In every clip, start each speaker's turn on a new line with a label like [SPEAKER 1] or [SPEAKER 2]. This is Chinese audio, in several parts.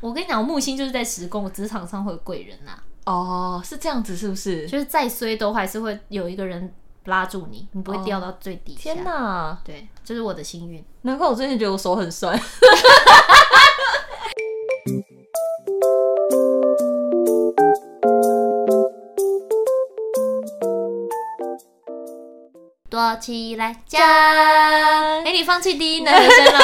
[SPEAKER 1] 我跟你讲，木星就是在时宫，职场上会有贵人呐、
[SPEAKER 2] 哦，是这样子是不是？
[SPEAKER 1] 就是再衰都还是会有一个人拉住你，你不会掉到最底下。
[SPEAKER 2] 哦天哪，
[SPEAKER 1] 对，这是我的幸运。
[SPEAKER 2] 难怪我最近觉得我手很酸。
[SPEAKER 1] 躲起来讲，哎、你放弃第一男和 声了。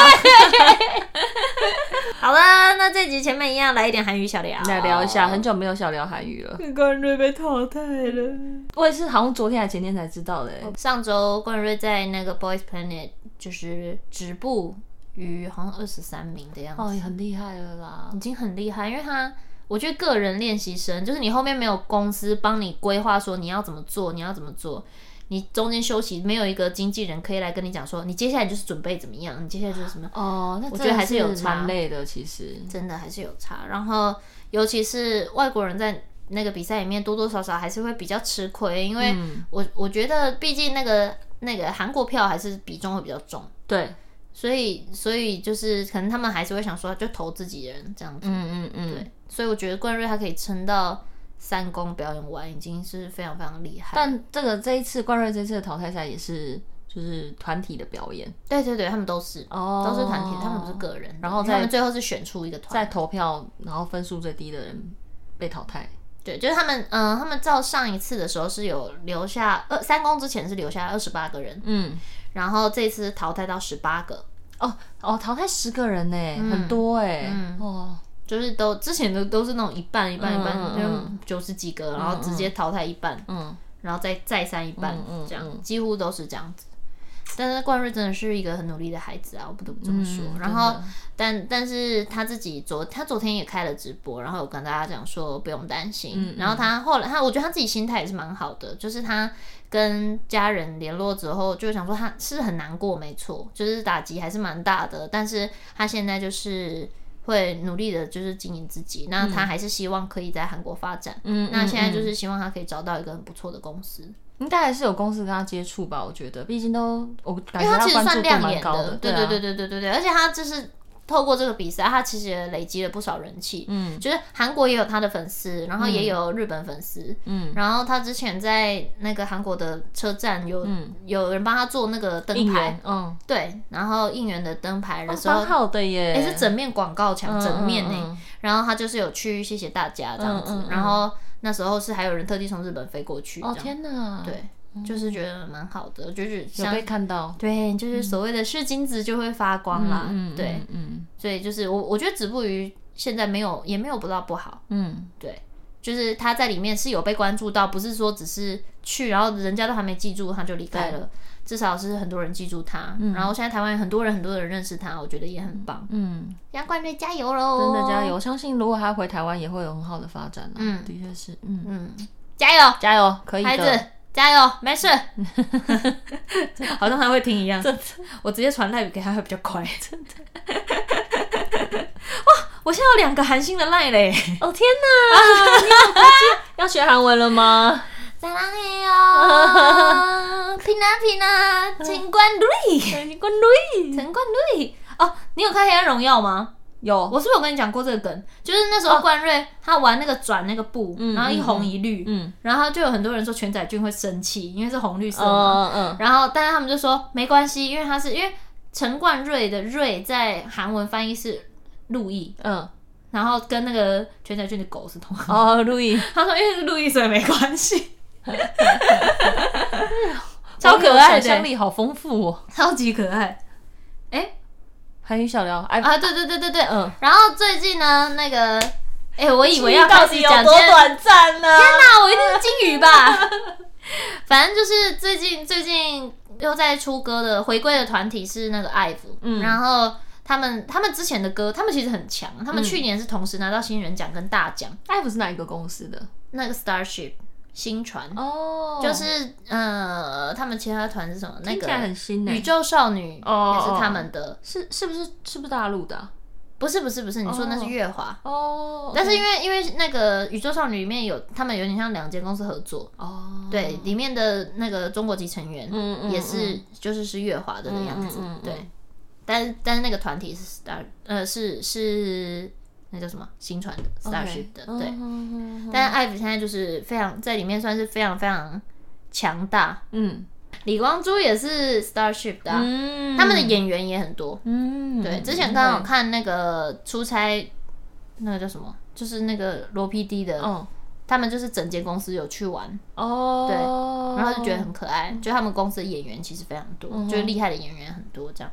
[SPEAKER 1] 好了，那这集前面一样来一点韩语小聊，
[SPEAKER 2] 来聊一下，很久没有小聊韩语了。
[SPEAKER 1] 关瑞被淘汰了。
[SPEAKER 2] 我也是，好像昨天还前天才知道的、欸。
[SPEAKER 1] 上周关瑞在那个 Boys Planet 就是止步于好像二十三名的样子，
[SPEAKER 2] 哦，也很厉害了啦
[SPEAKER 1] 已。经很厉害，因为他。我觉得个人练习生就是你后面没有公司帮你规划说你要怎么做，你要怎么做，你中间休息没有一个经纪人可以来跟你讲说你接下来就是准备怎么样，你接下来就是什么，
[SPEAKER 2] 哦，那我
[SPEAKER 1] 觉得还是有差
[SPEAKER 2] 蛮累的，其实。
[SPEAKER 1] 真的还是有差。然后尤其是外国人在那个比赛里面多多少少还是会比较吃亏，因为
[SPEAKER 2] 嗯
[SPEAKER 1] 我、我觉得毕竟那个那个韩国票还是比重会比较重，
[SPEAKER 2] 对，
[SPEAKER 1] 所以所以就是可能他们还是会想说就投自己人这样子。
[SPEAKER 2] 嗯嗯嗯。
[SPEAKER 1] 所以我觉得冠瑞他可以撑到三公表演完，已经是非常非常厉害。
[SPEAKER 2] 但这个这一次冠瑞这次的淘汰赛也是就是团体的表演，
[SPEAKER 1] 对对对，他们都是、
[SPEAKER 2] 哦
[SPEAKER 1] 都是团体，他们不是个人。
[SPEAKER 2] 然后再
[SPEAKER 1] 他们最后是选出一个团，
[SPEAKER 2] 在投票然后分数最低的人被淘汰。
[SPEAKER 1] 对，就是他们，嗯、他们照上一次的时候是有留下二三公之前是留下二十八个人，
[SPEAKER 2] 嗯，
[SPEAKER 1] 然后这次淘汰到十八个，
[SPEAKER 2] 哦哦，淘汰十个人呢、很多哎、
[SPEAKER 1] 嗯
[SPEAKER 2] 哦，
[SPEAKER 1] 就是都之前的都是那种一半一半一半，
[SPEAKER 2] 嗯嗯嗯
[SPEAKER 1] 就九十几个，然后直接淘汰一半，
[SPEAKER 2] 嗯，
[SPEAKER 1] 然后再再删一半，
[SPEAKER 2] 嗯嗯
[SPEAKER 1] 这样、
[SPEAKER 2] 嗯
[SPEAKER 1] 几乎都是这样子。但是冠瑞真的是一个很努力的孩子啊，我不得不这么说。
[SPEAKER 2] 嗯
[SPEAKER 1] 然后
[SPEAKER 2] 真的，
[SPEAKER 1] 但但是他自己昨他昨天也开了直播，然后有跟大家讲说不用担心。
[SPEAKER 2] 嗯
[SPEAKER 1] 然后他后来他我觉得他自己心态也是蛮好的，就是他跟家人联络之后，就想说他是很难过，没错，就是打击还是蛮大的。但是他现在就是会努力的，就是经营自己。那他还是希望可以在韩国发展。
[SPEAKER 2] 嗯
[SPEAKER 1] 那现在
[SPEAKER 2] 嗯
[SPEAKER 1] 就是希望他可以找到一个很不错的公司。
[SPEAKER 2] 应该还是有公司跟他接触吧，我觉得，毕竟都我感
[SPEAKER 1] 因
[SPEAKER 2] 觉
[SPEAKER 1] 为他其实
[SPEAKER 2] 关注
[SPEAKER 1] 算
[SPEAKER 2] 度
[SPEAKER 1] 亮
[SPEAKER 2] 蛮
[SPEAKER 1] 眼
[SPEAKER 2] 高
[SPEAKER 1] 对
[SPEAKER 2] 对啊
[SPEAKER 1] 对对对对对，而且他就是透过这个比赛，他其实也累积了不少人气，
[SPEAKER 2] 嗯
[SPEAKER 1] 就是韩国也有他的粉丝，然后也有日本粉丝，
[SPEAKER 2] 嗯，
[SPEAKER 1] 然后他之前在那个韩国的车站有、有人帮他做那个灯
[SPEAKER 2] 嗯应
[SPEAKER 1] 牌哦
[SPEAKER 2] 援，，嗯，
[SPEAKER 1] 对，然后应援的灯牌的时候
[SPEAKER 2] 蛮，好的耶，
[SPEAKER 1] 也、是整面广告墙，整面呢、
[SPEAKER 2] 嗯嗯
[SPEAKER 1] 然后他就是有去谢谢大家这样子，
[SPEAKER 2] 嗯嗯嗯
[SPEAKER 1] 然后那时候是还有人特地从日本飞过去，
[SPEAKER 2] 哦
[SPEAKER 1] 这样
[SPEAKER 2] 天哪，
[SPEAKER 1] 对，就是觉得蛮好的，就是
[SPEAKER 2] 有
[SPEAKER 1] 像
[SPEAKER 2] 被看到，
[SPEAKER 1] 对，就是所谓的是金子就会发光啦。
[SPEAKER 2] 哦嗯
[SPEAKER 1] 对，，
[SPEAKER 2] 嗯
[SPEAKER 1] 所以就是我我觉得止步于现在没有也没有不到不好，
[SPEAKER 2] 嗯
[SPEAKER 1] 对，就是他在里面是有被关注到，不是说只是去，然后人家都还没记住他就离开了，至少是很多人记住他。然后现在台湾有很多人很多人认识他，我觉得也很棒。
[SPEAKER 2] 嗯，
[SPEAKER 1] 杨冠瑞加油喽！
[SPEAKER 2] 真的加！油！相信如果他回台湾也会有很好的发展啦
[SPEAKER 1] 哦嗯
[SPEAKER 2] 的确是，嗯，
[SPEAKER 1] 嗯，加油，
[SPEAKER 2] 加油，可以
[SPEAKER 1] 孩
[SPEAKER 2] 的
[SPEAKER 1] 子。，加油，没事。
[SPEAKER 2] 嗯
[SPEAKER 1] 好像他会听一样，我直接传赖给他会比较快。 真的。哇，我现在有两个韩星的赖嘞。啊
[SPEAKER 2] 哦天 哪，你很国际要学韩文了吗？
[SPEAKER 1] 再浪嘿 哟，平安平安，陈冠瑞，
[SPEAKER 2] 你滚lui！
[SPEAKER 1] 陈冠瑞。哦，你有看《黑暗荣耀》吗？
[SPEAKER 2] 有，哦
[SPEAKER 1] 我是不是有跟你讲过这个梗？就是那时候冠瑞他玩那个转那个布，
[SPEAKER 2] 嗯
[SPEAKER 1] 然后一红一绿，
[SPEAKER 2] 嗯
[SPEAKER 1] 然后就有很多人说全宰俊会生气，因为是红绿色嘛。
[SPEAKER 2] 嗯嗯，
[SPEAKER 1] 然后，但是他们就说没关系，因为他是因为陈冠瑞的瑞在韩文翻译是路易，
[SPEAKER 2] 嗯，
[SPEAKER 1] 然后跟那个全宰俊的狗是同。
[SPEAKER 2] 哦，Louis，
[SPEAKER 1] 他说因为是路易，所以没关系。 超可爱
[SPEAKER 2] 想象
[SPEAKER 1] 的，欸
[SPEAKER 2] 力好丰富哦。
[SPEAKER 1] 超级可爱。哎、
[SPEAKER 2] 韩语小聊，哎，
[SPEAKER 1] 啊，对对对对对，
[SPEAKER 2] 嗯，
[SPEAKER 1] 然后最近呢，那个，哎、我以
[SPEAKER 2] 以
[SPEAKER 1] 为
[SPEAKER 2] 为
[SPEAKER 1] 要
[SPEAKER 2] 要
[SPEAKER 1] 开
[SPEAKER 2] 开
[SPEAKER 1] 始
[SPEAKER 2] 始
[SPEAKER 1] 讲
[SPEAKER 2] 讲
[SPEAKER 1] 今天
[SPEAKER 2] 暂呢？
[SPEAKER 1] 天哪，我一定是金鱼吧？ 反正就是最近最近又在出歌的回归的团体是那个 IVE，、
[SPEAKER 2] 嗯
[SPEAKER 1] 然后他们他们之前的歌，他们其实很强，
[SPEAKER 2] 嗯
[SPEAKER 1] 他们去年是同时拿到新人奖跟大奖，
[SPEAKER 2] 艾弗是哪一个公司的？
[SPEAKER 1] 那个 Starship 新船。
[SPEAKER 2] 哦，
[SPEAKER 1] 就是呃，他们其他团是什么？那
[SPEAKER 2] 听起来
[SPEAKER 1] 个
[SPEAKER 2] 很新呢
[SPEAKER 1] 宇。宙少女
[SPEAKER 2] 哦
[SPEAKER 1] 也是他们的，
[SPEAKER 2] 是是不是是不是大陆的啊？
[SPEAKER 1] 不是不是不是，你说那是月华，
[SPEAKER 2] 哦，
[SPEAKER 1] 但是因为因为那个宇宙少女里面有他们有点像两间公司合作，
[SPEAKER 2] 哦，
[SPEAKER 1] 对，里面的那个中国籍成员，
[SPEAKER 2] 嗯嗯
[SPEAKER 1] 也是就是是月华的那样子，
[SPEAKER 2] 嗯嗯嗯嗯
[SPEAKER 1] 对。但但是那个团体是 Star，呃，是是那叫什么新传的 Starship 的对。
[SPEAKER 2] 嗯
[SPEAKER 1] 但艾弗现在就是非常在里面算是非常非常强大，
[SPEAKER 2] 嗯
[SPEAKER 1] 李光洙也是 Starship 的啊、
[SPEAKER 2] 嗯
[SPEAKER 1] 他们的演员也很多。
[SPEAKER 2] 嗯
[SPEAKER 1] 对，之前刚好看那个出差，那个叫什么，就是那个罗 PD 的，
[SPEAKER 2] 嗯
[SPEAKER 1] 他们就是整间公司有去玩，
[SPEAKER 2] 哦，对
[SPEAKER 1] 然后就觉得很可爱，就他们公司的演员其实非常多，
[SPEAKER 2] 嗯哼
[SPEAKER 1] 就是厉害的演员很多这样。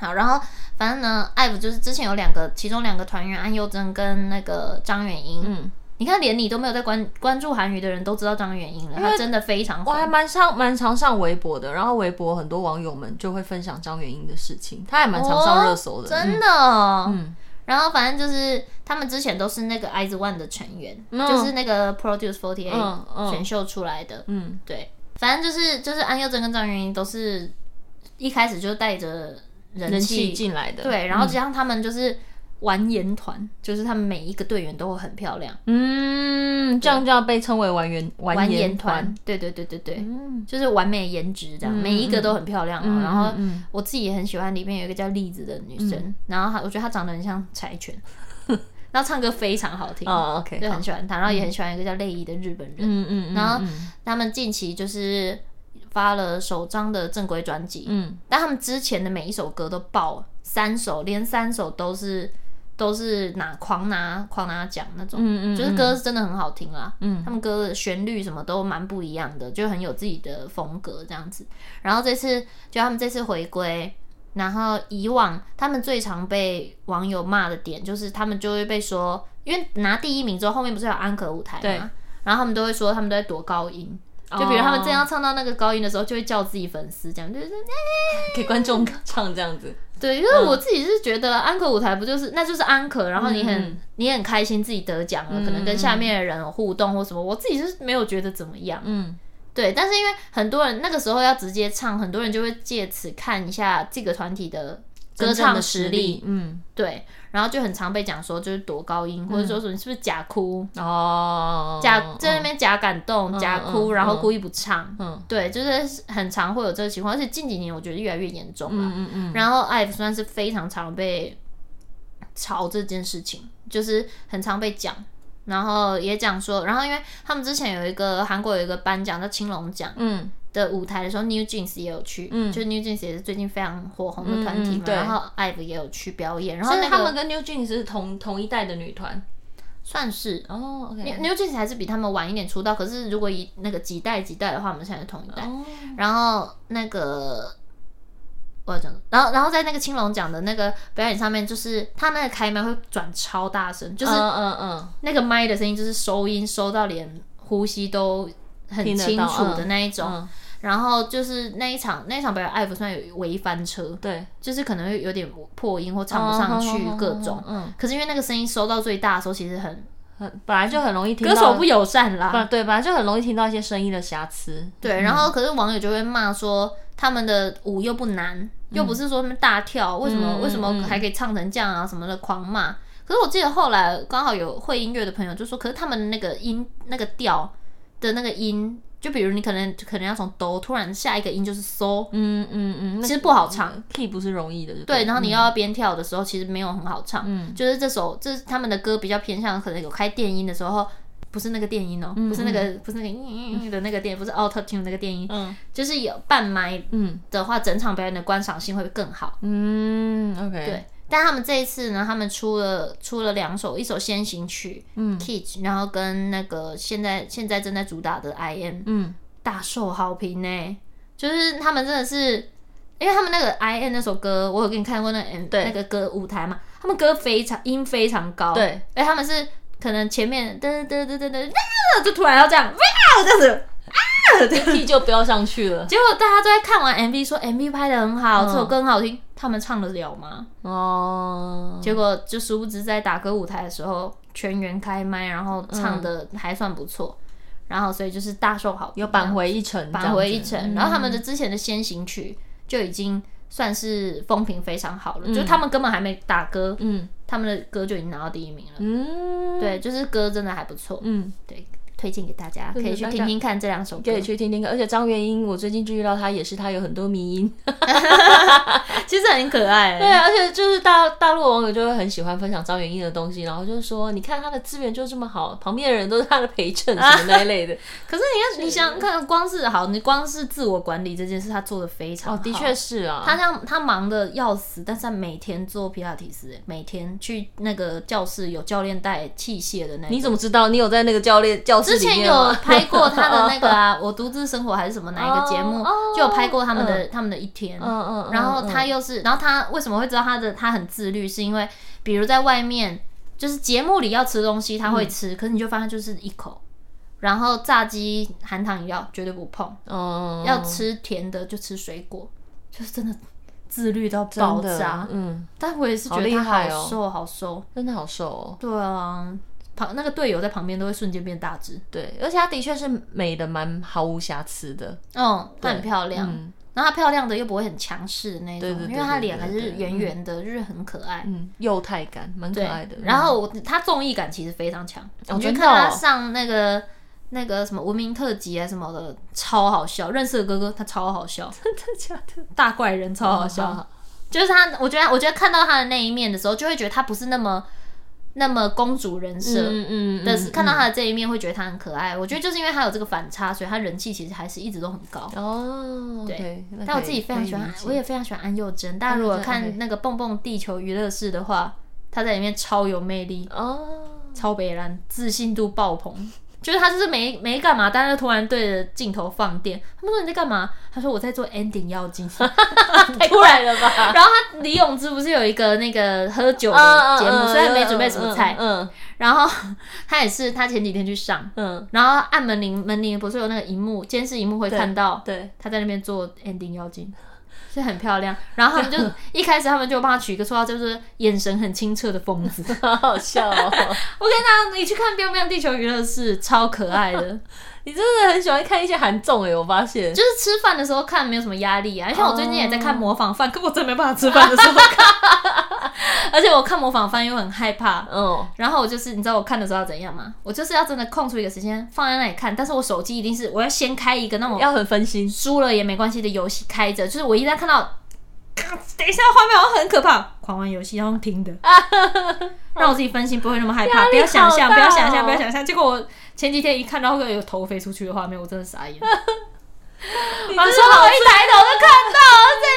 [SPEAKER 1] 好，然后反正呢，艾弗就是之前有两个，其中两个团员安宥真跟那个张元英，
[SPEAKER 2] 嗯，
[SPEAKER 1] 你看连你都没有在关关注韩娱的人都知道张元英了，他真的非常
[SPEAKER 2] 我还
[SPEAKER 1] 红。
[SPEAKER 2] 蛮上蛮常上微博的，然后微博很多网友们就会分享张元英的事情，他还蛮常上热搜的，
[SPEAKER 1] 真
[SPEAKER 2] 嗯
[SPEAKER 1] 的、哦，
[SPEAKER 2] 嗯
[SPEAKER 1] 然后反正就是他们之前都是那个 IZ ONE 的成员，
[SPEAKER 2] 嗯
[SPEAKER 1] 就是那个 Produce Forty
[SPEAKER 2] 嗯
[SPEAKER 1] Eight
[SPEAKER 2] 嗯
[SPEAKER 1] 选秀出来的。
[SPEAKER 2] 嗯
[SPEAKER 1] 对，反正就是就是安宥真跟张元英都是一开始就带着人
[SPEAKER 2] 人
[SPEAKER 1] 气，
[SPEAKER 2] 气
[SPEAKER 1] 嗯
[SPEAKER 2] 进来的，
[SPEAKER 1] 对，然后加上他们就是完颜团，就是他们每一个队员都很漂亮，
[SPEAKER 2] 嗯，这样就要被称为完颜
[SPEAKER 1] 完
[SPEAKER 2] 完
[SPEAKER 1] 颜
[SPEAKER 2] 颜
[SPEAKER 1] 团
[SPEAKER 2] 团，，
[SPEAKER 1] 对对对对对，
[SPEAKER 2] 嗯
[SPEAKER 1] 就是完美颜值这样，
[SPEAKER 2] 嗯
[SPEAKER 1] 每一个都很漂亮、哦。
[SPEAKER 2] 嗯
[SPEAKER 1] 然后
[SPEAKER 2] 嗯嗯
[SPEAKER 1] 我自己也很喜欢里面有一个叫栗子的女生，然后她我觉得她长得很像柴犬， 然后唱歌非常好听，
[SPEAKER 2] 哦，OK，
[SPEAKER 1] 就
[SPEAKER 2] 好
[SPEAKER 1] 很喜欢她。然后也很喜欢一个叫泪衣的日本人，
[SPEAKER 2] 嗯嗯，
[SPEAKER 1] 然后
[SPEAKER 2] 嗯
[SPEAKER 1] 他们近期就是发了首张的正规专辑，
[SPEAKER 2] 嗯
[SPEAKER 1] 但他们之前的每一首歌都爆了，三首连三首都是都是拿狂拿狂拿奖那种，
[SPEAKER 2] 嗯嗯，
[SPEAKER 1] 就是歌是真的很好听啦，
[SPEAKER 2] 嗯
[SPEAKER 1] 他们歌的旋律什么都蛮不一样的，就很有自己的风格这样子。然后这次就他们这次回归，然后以往他们最常被网友骂的点就是他们就会被说，因为拿第一名之后，后面不是有安可舞台
[SPEAKER 2] 对哦
[SPEAKER 1] 嘛，然后他们都会说他们都在躲高音。就比如他们正要唱到那个高音的时候，就会叫自己粉丝这样，
[SPEAKER 2] 嗯
[SPEAKER 1] 就是
[SPEAKER 2] 给观众唱这样子，
[SPEAKER 1] 对，因为我自己是觉得安可舞台不就是那就是安可，然后你很、
[SPEAKER 2] 嗯
[SPEAKER 1] 你很开心自己得奖了，可能跟下面的人有互动或什么，我自己是没有觉得怎么样。
[SPEAKER 2] 嗯
[SPEAKER 1] 对，但是因为很多人那个时候要直接唱，很多人就会借此看一下这个团体的歌唱实力，，
[SPEAKER 2] 嗯
[SPEAKER 1] 对，然后就很常被讲说就是躲高音，或者说什么你是不是假哭，
[SPEAKER 2] 哦，
[SPEAKER 1] 假在那边假感动、假哭，
[SPEAKER 2] 嗯嗯
[SPEAKER 1] 然后
[SPEAKER 2] 嗯
[SPEAKER 1] 故意不唱，
[SPEAKER 2] 嗯
[SPEAKER 1] 对，就是很常会有这个情况，而且近几年我觉得越来越严重了。
[SPEAKER 2] 嗯嗯嗯，
[SPEAKER 1] 然后 IVE 算是非常常被吵这件事情，就是很常被讲，然后也讲说，然后因为他们之前有一个韩国有一个颁奖叫青龙奖
[SPEAKER 2] 嗯
[SPEAKER 1] 的舞台的时候，New Jeans 也有去，
[SPEAKER 2] 嗯
[SPEAKER 1] 就是 New Jeans 也是最近非常火红的团体
[SPEAKER 2] 嗯
[SPEAKER 1] 嘛，
[SPEAKER 2] 嗯对
[SPEAKER 1] 然后 IVE 也有去表演，然后
[SPEAKER 2] 所
[SPEAKER 1] 那
[SPEAKER 2] 以他们
[SPEAKER 1] 个
[SPEAKER 2] 跟 New Jeans 是同同一代的女团
[SPEAKER 1] 算是。
[SPEAKER 2] 哦
[SPEAKER 1] New
[SPEAKER 2] ，OK，
[SPEAKER 1] New Jeans 还是比他们晚一点出道，可是如果以那个几代几代的话，我们现在是同一代。
[SPEAKER 2] 哦，
[SPEAKER 1] 然后那个我要讲，然后然后在那个青龙奖的那个表演上面，就是他那个开麦会转超大声，就是
[SPEAKER 2] 嗯嗯
[SPEAKER 1] 那个麦的声音，就是收音收到连呼吸都很
[SPEAKER 2] 听得
[SPEAKER 1] 清
[SPEAKER 2] 到
[SPEAKER 1] 楚的
[SPEAKER 2] 嗯
[SPEAKER 1] 那一种。
[SPEAKER 2] 嗯
[SPEAKER 1] 然后就是那一场那一场表演，艾弗算有微翻车
[SPEAKER 2] 嗯，，对，
[SPEAKER 1] 就是可能会有点破音或唱不上去
[SPEAKER 2] 嗯
[SPEAKER 1] 各种。
[SPEAKER 2] 嗯，
[SPEAKER 1] 可是因为那个声音收到最大的时候，其实很
[SPEAKER 2] 很本来就很容易听
[SPEAKER 1] 歌
[SPEAKER 2] 到
[SPEAKER 1] 手不友善啦，嗯
[SPEAKER 2] 不对，本来就很容易听到一些声音的瑕疵，
[SPEAKER 1] 对，然后可是网友就会骂说他们的舞又不难，又不是说他们大跳，为什么、
[SPEAKER 2] 嗯
[SPEAKER 1] 为什么还可以唱成这样啊什么的狂骂。可是我记得后来刚好有会音乐的朋友就说，可是他们那个音那个调的那个音，就比如你可能可能要从哆突然下一个音就是嗦，
[SPEAKER 2] 嗯嗯嗯，
[SPEAKER 1] 其实不好唱。
[SPEAKER 2] key 不是容易的，
[SPEAKER 1] 对，嗯然后你又要边跳的时候，其实没有很好唱。
[SPEAKER 2] 嗯
[SPEAKER 1] 就是这首，这是他们的歌比较偏向，可能有开电音的时候，不是那个电音哦，不是那个，不是那个嗯嗯嗯的那个电，不是 auto tune 那个电音，
[SPEAKER 2] 嗯
[SPEAKER 1] 就是有半麦
[SPEAKER 2] 嗯
[SPEAKER 1] 的话，整场表演的观赏性会更好。
[SPEAKER 2] 嗯，OK，
[SPEAKER 1] 对，但他们这一次呢，他们出了出了两首，一首先行曲，嗯，Kitsch，然后跟那个现在现在正在主打的 I M，
[SPEAKER 2] 嗯
[SPEAKER 1] 大受好评呢、就是他们真的是，因为他们那个 I N 那首歌，我有给你看过那个 M
[SPEAKER 2] 对
[SPEAKER 1] 那个歌舞台嘛，他们歌非常音非常高，
[SPEAKER 2] 对，
[SPEAKER 1] 哎，他们是可能前面噔噔噔噔噔，啊就突然要这样，啊这样子，
[SPEAKER 2] ，key 就飙上去了，
[SPEAKER 1] 结果大家都在看完 MV 说 MV 拍的很好，
[SPEAKER 2] 嗯
[SPEAKER 1] 这首歌很好听，他们唱得了吗？
[SPEAKER 2] 哦，
[SPEAKER 1] 结果就殊不知在打歌舞台的时候，全员开麦，然后唱的还算不错，然后所以就是大受好评，
[SPEAKER 2] 有扳回一城，
[SPEAKER 1] 返回一程，然后他们
[SPEAKER 2] 的
[SPEAKER 1] 的之前的先行曲就已经算是风评非常好了，就他们根本还没打歌，
[SPEAKER 2] 嗯
[SPEAKER 1] 他们的歌就已经拿到第一名了。
[SPEAKER 2] 嗯
[SPEAKER 1] 对，就是歌真的还不错，
[SPEAKER 2] 嗯
[SPEAKER 1] 对，推荐给大家，可
[SPEAKER 2] 对
[SPEAKER 1] 以去听听看这两首
[SPEAKER 2] 可
[SPEAKER 1] 歌。
[SPEAKER 2] 以去听听看。而且张元英，我最近注意到她也是，她有很多迷音。
[SPEAKER 1] 其实很可爱、欸
[SPEAKER 2] 对，啊而且就是大大陆网友就会很喜欢分享张元英的东西，然后就是说，你看她的资源就这么好，旁边的人都是她的陪衬什么那一类的。
[SPEAKER 1] 可是你看，你想想看，光是好，你光是自我管理这件事，他做的非常
[SPEAKER 2] 哦
[SPEAKER 1] 好，
[SPEAKER 2] 的确是啊，
[SPEAKER 1] 他像他忙的要死，但是他每天做皮拉提斯，欸每天去那个教室有教练带器械的那
[SPEAKER 2] 你
[SPEAKER 1] 种。
[SPEAKER 2] 怎么知道？你有在那个教练教
[SPEAKER 1] 之
[SPEAKER 2] 室里
[SPEAKER 1] 前
[SPEAKER 2] 面
[SPEAKER 1] 有
[SPEAKER 2] 吗嗯
[SPEAKER 1] 拍过他的那个 啊，我独自生活还是什么哪一个节目
[SPEAKER 2] 哦哦，
[SPEAKER 1] 就有拍过他们的他们的一天。
[SPEAKER 2] 嗯嗯嗯
[SPEAKER 1] 然后他又是，然后他为什么会知道他的他很自律？是因为比如在外面，就是节目里要吃东西他会
[SPEAKER 2] 嗯
[SPEAKER 1] 吃，可是你就发现就是一口，然后炸鸡、含糖饮料绝对不碰，
[SPEAKER 2] 嗯
[SPEAKER 1] 要吃甜的就吃水果，就是真的自律到爆
[SPEAKER 2] 真的
[SPEAKER 1] 炸。
[SPEAKER 2] 嗯，
[SPEAKER 1] 但我也是觉
[SPEAKER 2] 好
[SPEAKER 1] 得
[SPEAKER 2] 厉
[SPEAKER 1] 他
[SPEAKER 2] 害
[SPEAKER 1] 好
[SPEAKER 2] 哦
[SPEAKER 1] 瘦，好瘦。
[SPEAKER 2] 真的好瘦哦。
[SPEAKER 1] 对啊，旁那个队友在旁边都会瞬间变大只。
[SPEAKER 2] 对，而且她的确是美的蛮毫无瑕疵的，
[SPEAKER 1] 嗯，她很漂亮。
[SPEAKER 2] 嗯
[SPEAKER 1] 然后她漂亮的又不会很强势的那种，
[SPEAKER 2] 对对对
[SPEAKER 1] 因为她脸还
[SPEAKER 2] 对对
[SPEAKER 1] 是
[SPEAKER 2] 对
[SPEAKER 1] 圆圆的，就是很可爱。
[SPEAKER 2] 嗯，幼态感蛮可
[SPEAKER 1] 对
[SPEAKER 2] 爱的。，嗯
[SPEAKER 1] 然后我她综艺感其实非常强，你
[SPEAKER 2] 哦
[SPEAKER 1] 去
[SPEAKER 2] 真的
[SPEAKER 1] 看她
[SPEAKER 2] 哦
[SPEAKER 1] 上那个那个什么文明特辑啊什么的，超好笑。认识的哥哥他超好笑，
[SPEAKER 2] 真的假的？
[SPEAKER 1] 大怪人超好笑。
[SPEAKER 2] 哦好好
[SPEAKER 1] 就是他，我觉得我觉得看到他的那一面的时候，就会觉得他不是那么那么公主人设。
[SPEAKER 2] 嗯
[SPEAKER 1] 但是看到他的这一面，会觉得他很可爱。我觉得就是因为他有这个反差，所以他人气其实还是一直都很高。
[SPEAKER 2] 哦，对，那
[SPEAKER 1] 但我
[SPEAKER 2] 可
[SPEAKER 1] 自
[SPEAKER 2] 以
[SPEAKER 1] 己非常喜欢，我也非常喜欢安宥真。大家
[SPEAKER 2] 安宥
[SPEAKER 1] 如果
[SPEAKER 2] 真，OK
[SPEAKER 1] 看那个《蹦蹦地球娱乐室》的话，他在里面超有魅力，
[SPEAKER 2] 哦，
[SPEAKER 1] 超北蓝，自信度爆棚。就是他就是没没干嘛，但是突然对着镜头放电。他们说你在干嘛？他说我在做 ending 要进。
[SPEAKER 2] 太突然了吧？
[SPEAKER 1] 然后他李永芝不是有一个那个喝酒的节目，虽然没准备什么菜，
[SPEAKER 2] 嗯
[SPEAKER 1] 然后他也是他前几天去上，
[SPEAKER 2] 嗯，
[SPEAKER 1] 然后按门铃，门铃不是有那个荧幕，监视荧幕会看到
[SPEAKER 2] 对，
[SPEAKER 1] 他在那边做 ending 妖精。是很漂亮，然后他们就一开始他们就帮他取一个绰号，就是眼神很清澈的疯子。
[SPEAKER 2] 好好笑哦。
[SPEAKER 1] 我跟大家，你去看《彪彪地球娱乐室》，超可爱的。
[SPEAKER 2] 你真的很喜欢看一些韩综诶，我发现。
[SPEAKER 1] 就是吃饭的时候看没有什么压力啊，像我最近也在看模仿犯，可我真没办法吃饭的时候 看，而且我看模仿犯又很害怕，
[SPEAKER 2] 嗯，
[SPEAKER 1] 然后我就是，你知道我看的时候要怎样吗？我就是要真的空出一个时间放在那里看，但是我手机一定是我要先开一个那种
[SPEAKER 2] 要很分心。
[SPEAKER 1] 输了也没关系的游戏开着，就是我一旦看到，咔等一下画面好像很可怕，狂玩游戏要用听的， 让我自己分心，不会那么害怕，
[SPEAKER 2] 啊压力
[SPEAKER 1] 不要想象，
[SPEAKER 2] 好
[SPEAKER 1] 不要
[SPEAKER 2] 大哦
[SPEAKER 1] 想象，不要想象。结果我前几天一看到会有头飞出去的画面，我真的傻 眼。
[SPEAKER 2] 你
[SPEAKER 1] 我
[SPEAKER 2] 真的
[SPEAKER 1] 说
[SPEAKER 2] 啊好
[SPEAKER 1] 我一抬头就看到，怎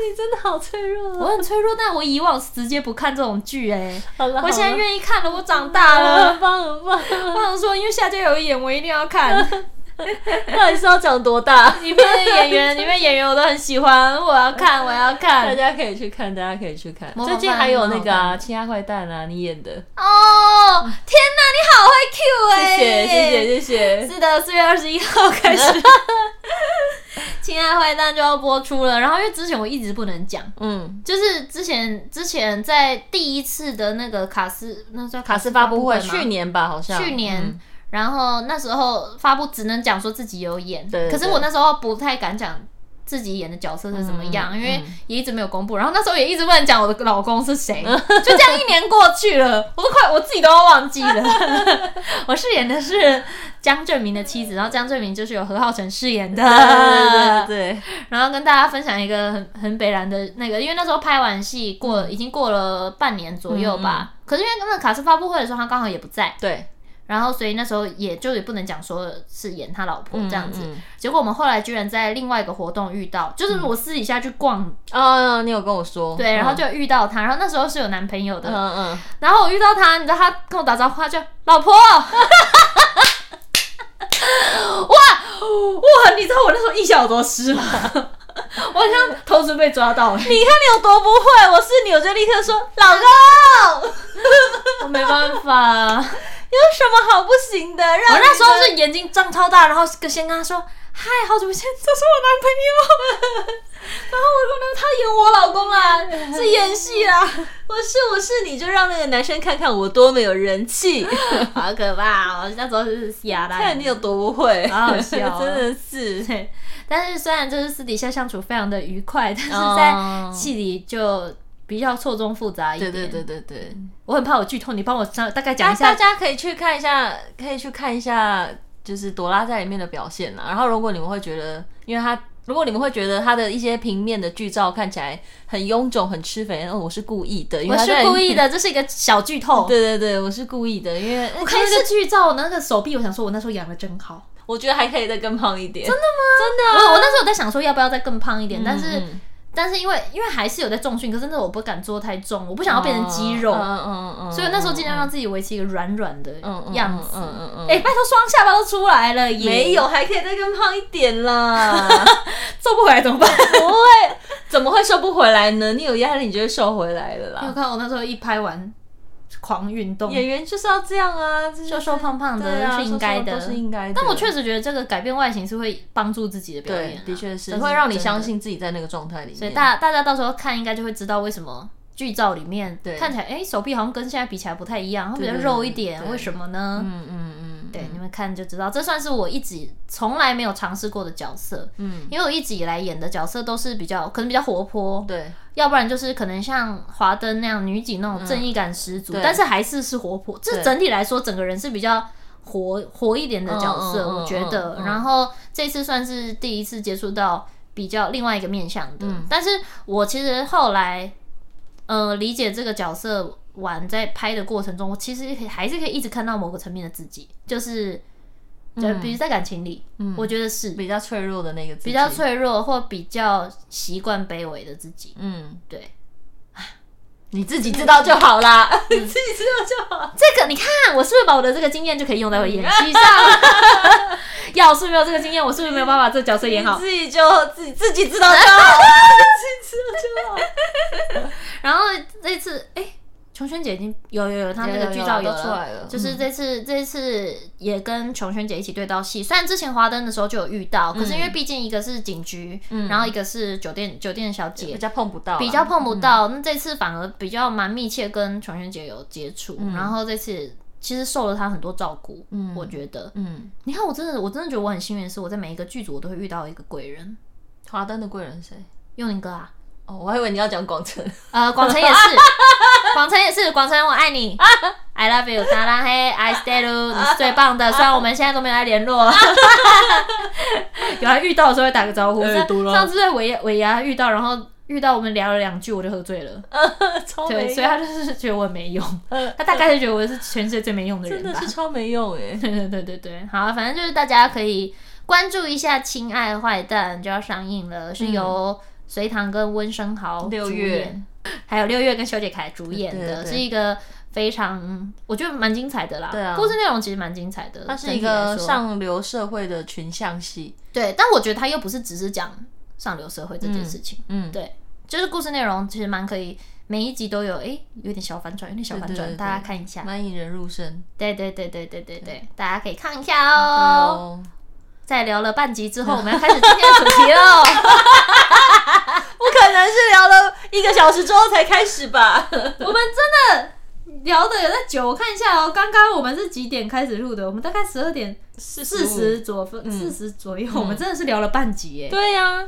[SPEAKER 2] 你真的好脆弱
[SPEAKER 1] 样啊？啊我很脆弱，但我以往直接不看这种剧哎、
[SPEAKER 2] 好了，
[SPEAKER 1] 我现在
[SPEAKER 2] 越
[SPEAKER 1] 愿意看了，我长大了。
[SPEAKER 2] 很棒很棒。
[SPEAKER 1] 我想说，因为下家有一演，我一定要看。
[SPEAKER 2] 到底是要讲多 大？
[SPEAKER 1] 里面的演员，里面演员我都很喜欢，我要看，我要
[SPEAKER 2] 大
[SPEAKER 1] 看。
[SPEAKER 2] 家可以去看，大家可以去看。
[SPEAKER 1] 模仿
[SPEAKER 2] 最
[SPEAKER 1] 犯
[SPEAKER 2] 近还有那个
[SPEAKER 1] 模仿
[SPEAKER 2] 啊，
[SPEAKER 1] 犯
[SPEAKER 2] 《亲爱坏蛋》啊，你演的。
[SPEAKER 1] 哦，天哪，你好会 Q 哎、
[SPEAKER 2] 谢谢谢谢谢谢。
[SPEAKER 1] 是的，四月二十一号开 始，《亲爱坏蛋》就要播出了。然后因为之前我一直不能讲，
[SPEAKER 2] 嗯，
[SPEAKER 1] 就是之前之前在第一次的那个卡斯，那叫
[SPEAKER 2] 卡斯发布会
[SPEAKER 1] 吗
[SPEAKER 2] 去年吧，好像
[SPEAKER 1] 去年。
[SPEAKER 2] 嗯
[SPEAKER 1] 然后那时候发布只能讲说自己有演，
[SPEAKER 2] 对对
[SPEAKER 1] 可是我那时候不太敢讲自己演的角色是怎么样，
[SPEAKER 2] 嗯
[SPEAKER 1] 因为也一直没有公布。然后那时候也一直不能讲我的老公是 谁，就这样一年过去了，我都快我自己都要忘记 了。我饰演的是江正明的妻子，然后江正明就是由何浩晨饰 演的。
[SPEAKER 2] 对对对，
[SPEAKER 1] 然后跟大家分享一个很很北然的那个，因为那时候拍完戏过、
[SPEAKER 2] 嗯
[SPEAKER 1] 已经过了半年左右吧。可是因为那个卡斯发布会的时候，他刚好也不在。
[SPEAKER 2] 对，
[SPEAKER 1] 然后所以那时候也就也不能讲说是演他老婆这样子。
[SPEAKER 2] 嗯。嗯
[SPEAKER 1] 结果我们后来居然在另外一个活动遇到，就是我私底下去逛，
[SPEAKER 2] 哦，你有跟我说。
[SPEAKER 1] 对，然后
[SPEAKER 2] 嗯
[SPEAKER 1] 就遇到他，然后那时候是有男朋友的，
[SPEAKER 2] 嗯嗯，
[SPEAKER 1] 然后我遇到他，你知道他跟我打招呼，他就老婆。 哇
[SPEAKER 2] 嗯
[SPEAKER 1] 哇！你知道我那时候印象有多湿吗？我好像同时被抓到、
[SPEAKER 2] 你看你有多不会，我是你，我就立刻说老公，
[SPEAKER 1] 我没办法。
[SPEAKER 2] 有什么好不行的？让
[SPEAKER 1] 我那时候
[SPEAKER 2] 你
[SPEAKER 1] 是眼睛张超大，然后先跟他说：“嗨，好久不见，这是我男朋友。”然后我说：“那他演我老公啊 啦，是演戏啦，
[SPEAKER 2] 我啊是我是你，就让那个男生看看我多么有人气，
[SPEAKER 1] 好可怕！”我那时候是 哑啦。
[SPEAKER 2] 看你有多不会，
[SPEAKER 1] 哎好好笑哦
[SPEAKER 2] 真的 是。
[SPEAKER 1] 对，但是虽然就是私底下相处非常的愉快，但是
[SPEAKER 2] 哦
[SPEAKER 1] 在戏里就比较错综复杂一
[SPEAKER 2] 对
[SPEAKER 1] 点。
[SPEAKER 2] 对对对对，
[SPEAKER 1] 我很怕我剧透，你帮我稍大概讲
[SPEAKER 2] 大
[SPEAKER 1] 一下
[SPEAKER 2] 大。家可以去看一下，可以去看一下，就是朵拉在里面的表现啊啦。然后，如果你们会觉得，因为她，如果你们会觉得她的一些平面的剧照看起来很臃肿、很吃肥，嗯，我是故意的，因为
[SPEAKER 1] 我
[SPEAKER 2] 她
[SPEAKER 1] 是
[SPEAKER 2] 在
[SPEAKER 1] 故意。的，这是一个小剧透。
[SPEAKER 2] 对对对，我是故意的，因为
[SPEAKER 1] 我看那个剧照，那个手臂，我想说，我那时候养的真好。
[SPEAKER 2] 我觉得还可以再更胖一点。真的吗？
[SPEAKER 1] 我我那时候有在想说要不要再更胖一点，但是
[SPEAKER 2] 嗯
[SPEAKER 1] 但是因为因为还是有在重训，可是那我不敢做太重，我不想要变成肌肉，
[SPEAKER 2] 嗯嗯嗯，
[SPEAKER 1] 所以我那时候尽量让自己维持一个软软的样子。
[SPEAKER 2] 嗯嗯嗯嗯嗯
[SPEAKER 1] 哎、拜托，双下巴都出来了耶，
[SPEAKER 2] 没有，还可以再更胖一点啦。
[SPEAKER 1] 瘦不回来怎么办？
[SPEAKER 2] 不会， 怎么会瘦不回来呢？你有压力，你就会瘦回来
[SPEAKER 1] 你
[SPEAKER 2] 了
[SPEAKER 1] 有
[SPEAKER 2] 啦。
[SPEAKER 1] 看我那时候一拍完狂运动，
[SPEAKER 2] 演员就是要这样啊，这就是
[SPEAKER 1] 瘦瘦胖胖的
[SPEAKER 2] 对啊
[SPEAKER 1] 是应该的
[SPEAKER 2] 瘦瘦都是应该的。
[SPEAKER 1] 但我确实觉得这个改变外形是会帮助自己的表演
[SPEAKER 2] 对
[SPEAKER 1] 啊、，
[SPEAKER 2] 的确是
[SPEAKER 1] 对
[SPEAKER 2] 会让你
[SPEAKER 1] 真的
[SPEAKER 2] 相信自己在那个状态里面。
[SPEAKER 1] 所以大大家到时候看应该就会知道为什么剧照里面
[SPEAKER 2] 对
[SPEAKER 1] 看起来，哎、手臂好像跟现在比起来不太一样，它比较
[SPEAKER 2] 对对
[SPEAKER 1] 肉
[SPEAKER 2] 对
[SPEAKER 1] 一点，
[SPEAKER 2] 对
[SPEAKER 1] 为什么呢？
[SPEAKER 2] 嗯嗯嗯，
[SPEAKER 1] 对，你们看就知道，这算是我一直从来没有尝试过的角色。
[SPEAKER 2] 嗯，
[SPEAKER 1] 因为我一直以来演的角色都是比较可能比较活泼，
[SPEAKER 2] 对
[SPEAKER 1] 要不然就是可能像华灯那样女警那种正义感十足，
[SPEAKER 2] 嗯对
[SPEAKER 1] 但是还是是活泼。这
[SPEAKER 2] 对
[SPEAKER 1] 整体来说，整个人是比较活活一点的角色，
[SPEAKER 2] 嗯嗯嗯
[SPEAKER 1] 我觉得。
[SPEAKER 2] 嗯嗯
[SPEAKER 1] 然后这次算是第一次接触到比较另外一个面向的，
[SPEAKER 2] 嗯
[SPEAKER 1] 但是我其实后来呃理解这个角色完，在拍的过程中，我其实可以还是可以一直看到某个层面的自己，就是。就比如在感情里，我觉得是
[SPEAKER 2] 嗯比较脆弱的那个自己，
[SPEAKER 1] 比
[SPEAKER 2] 比
[SPEAKER 1] 较脆弱或比较习惯卑微的自己。
[SPEAKER 2] 嗯，
[SPEAKER 1] 对，
[SPEAKER 2] 你自己知道就好啦， 你自己知道就好。
[SPEAKER 1] 这个你看，我是不是把我的这个经验就可以用在我演戏 上？要是没有这个经验，我是不是没有办法把这个角色演好
[SPEAKER 2] 你？自己就自 己自己知道就好啦，自己知道就好。
[SPEAKER 1] 然后这次，哎、琼轩姐已经有有有，她那
[SPEAKER 2] 有
[SPEAKER 1] 个
[SPEAKER 2] 有
[SPEAKER 1] 剧
[SPEAKER 2] 有
[SPEAKER 1] 照
[SPEAKER 2] 都
[SPEAKER 1] 有
[SPEAKER 2] 出来了
[SPEAKER 1] 就是这次、这次也跟琼轩姐一起对到戏。虽然之前华灯的时候就有遇到，可是因为毕竟一个是警局，然后一个是酒店酒店小姐
[SPEAKER 2] 比，较碰不到啦，
[SPEAKER 1] 比较碰不到。那这次反而比较蛮密切跟琼轩姐有接触，然后这次其实受了她很多照顾，嗯，我觉得。
[SPEAKER 2] 嗯，
[SPEAKER 1] 你看，我真的，我真的觉得我很幸运，是我在每一个剧组我都会遇到一个贵人，
[SPEAKER 2] 华灯的贵人谁？
[SPEAKER 1] 佑宁哥啊，
[SPEAKER 2] 哦，我还以为你要讲广城。
[SPEAKER 1] 呃，广成也是，广成也是，广成我爱你 ，I love you，达拉黑，I stay you，你是最棒的，虽然我们现在都没有来联络， 有啊来遇到的时候会打个招呼，
[SPEAKER 2] 哎
[SPEAKER 1] 上
[SPEAKER 2] 多啦
[SPEAKER 1] 上次在尾牙尾牙遇到，然后遇到我们聊了两句，我就喝醉了，
[SPEAKER 2] 超哦没
[SPEAKER 1] 对，
[SPEAKER 2] 用
[SPEAKER 1] 所以他就是觉得我很没用，他大概就觉得我是全世界最没用的人
[SPEAKER 2] 真
[SPEAKER 1] 吧
[SPEAKER 2] 的。是超没用哎、
[SPEAKER 1] 对对对对对，好，反正就是大家可以关注一下《亲爱坏蛋》就要上映了，是由隋唐跟温升豪
[SPEAKER 2] 嗯六
[SPEAKER 1] 主
[SPEAKER 2] 月
[SPEAKER 1] 演，还有六月跟修杰楷主演的，
[SPEAKER 2] 对对对
[SPEAKER 1] 是一个非常我觉得蛮精彩的啦。
[SPEAKER 2] 对啊
[SPEAKER 1] 故事内容其实蛮精彩的，
[SPEAKER 2] 它是
[SPEAKER 1] 整体
[SPEAKER 2] 一个
[SPEAKER 1] 来说
[SPEAKER 2] 上流社会的群像戏，
[SPEAKER 1] 对，但我觉得他又不是只是讲上流社会这件事情，
[SPEAKER 2] 嗯，
[SPEAKER 1] 对，就是故事内容其实蛮可以。每一集都有，诶，有点小反转，有点小反
[SPEAKER 2] 对
[SPEAKER 1] 转，
[SPEAKER 2] 对
[SPEAKER 1] 大家看一下。
[SPEAKER 2] 蛮引人入胜。
[SPEAKER 1] 对对对对对对对，大家可以看一下哦。
[SPEAKER 2] 哦，
[SPEAKER 1] 在聊了半集之后，我们要开始今天的主题喽。
[SPEAKER 2] 不可能是聊了一个小时之后才开始吧？
[SPEAKER 1] 我们真的聊的有在久，我看一下哦。刚刚我们是几点开始录的？我们大概十二点
[SPEAKER 2] 四
[SPEAKER 1] 四十左分，四十左右。我们真的是聊了半集耶。
[SPEAKER 2] 对呀、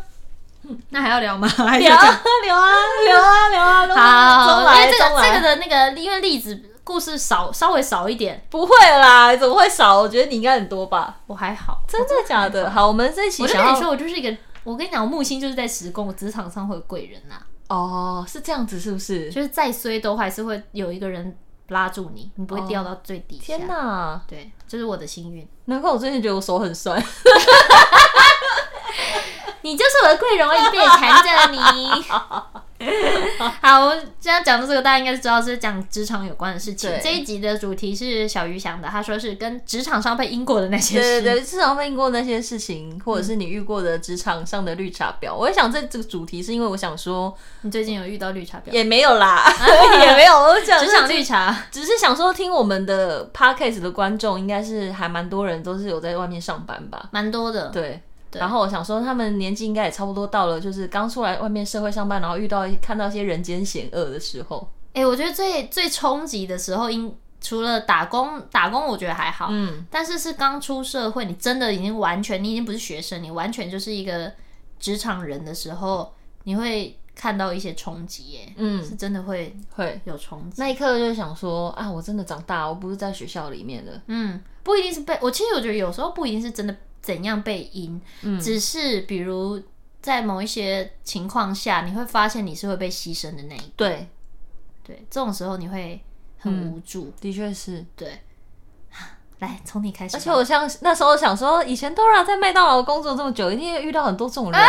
[SPEAKER 1] 那还要嗯聊吗？还
[SPEAKER 2] 聊啊聊啊聊啊聊啊，都
[SPEAKER 1] 哎好，
[SPEAKER 2] 都
[SPEAKER 1] 因
[SPEAKER 2] 来
[SPEAKER 1] 为这
[SPEAKER 2] 都
[SPEAKER 1] 个
[SPEAKER 2] 来
[SPEAKER 1] 这个的那个，因为例子故事少稍微少一点，
[SPEAKER 2] 不会啦，怎么会少？我觉得你应该很多吧？
[SPEAKER 1] 我还好。
[SPEAKER 2] 真的假的？好，我们这一期
[SPEAKER 1] 我就
[SPEAKER 2] 想
[SPEAKER 1] 跟你
[SPEAKER 2] 要
[SPEAKER 1] 说，我就是一个，我跟你讲，我木星就是在时工，我职场上会有贵人呐、啊
[SPEAKER 2] 哦，是这样子是不是？
[SPEAKER 1] 就是再衰都还是会有一个人拉住你，你不会掉到最底下。
[SPEAKER 2] 天哪，
[SPEAKER 1] 对，这、是我的幸运。
[SPEAKER 2] 难怪我最近觉得我手 很酸。
[SPEAKER 1] 你就是我的贵人，我一辈子缠着你。 好，我现在讲的这个大家应该知道是讲职场有关的事情
[SPEAKER 2] 对。
[SPEAKER 1] 这一集的主题是小鱼想的，他说是跟职场上被因果的那些
[SPEAKER 2] 对
[SPEAKER 1] 事。
[SPEAKER 2] 对对，至少问过那些事情，或者是你遇过的职场上的绿茶婊。我也想这这个主题，是因为我 想说
[SPEAKER 1] 你最近有遇到绿茶婊？
[SPEAKER 2] 也没有 啦，也没有，我想
[SPEAKER 1] 啊职场绿 茶，
[SPEAKER 2] 只是想说听我们的 podcast 的观众，应该是还蛮多人都是有在外面上班吧？
[SPEAKER 1] 蛮多的。
[SPEAKER 2] 对。然后我想说，他们年纪应该也差不多到了，就是刚出来外面社会上班，然后遇到看到一些人间险恶的时候，
[SPEAKER 1] 哎、我觉得最最冲击的时候，应除了打工，打工我觉得还好，
[SPEAKER 2] 嗯，
[SPEAKER 1] 但是是刚出社会，你真的已经完全，你已经不是学生，你完全就是一个职场人的时候，你会看到一些冲击耶，
[SPEAKER 2] 嗯
[SPEAKER 1] 是真的会
[SPEAKER 2] 会
[SPEAKER 1] 有冲击。
[SPEAKER 2] 那一刻就想说啊，我真的长大，我不是在学校里面的，
[SPEAKER 1] 嗯，不一定是被我，其实我觉得有时候不一定是真的怎样被阴，
[SPEAKER 2] 嗯
[SPEAKER 1] 只是比如在某一些情况下，你会发现你是会被牺牲的那一个。
[SPEAKER 2] 对，
[SPEAKER 1] 对，这种时候你会
[SPEAKER 2] 嗯
[SPEAKER 1] 很无助。
[SPEAKER 2] 的确是。
[SPEAKER 1] 对， 来从你开始吧。
[SPEAKER 2] 而且我像那时候想说，以前 Dora 在麦当劳工作这么久，一定会遇到很多这种人 啊。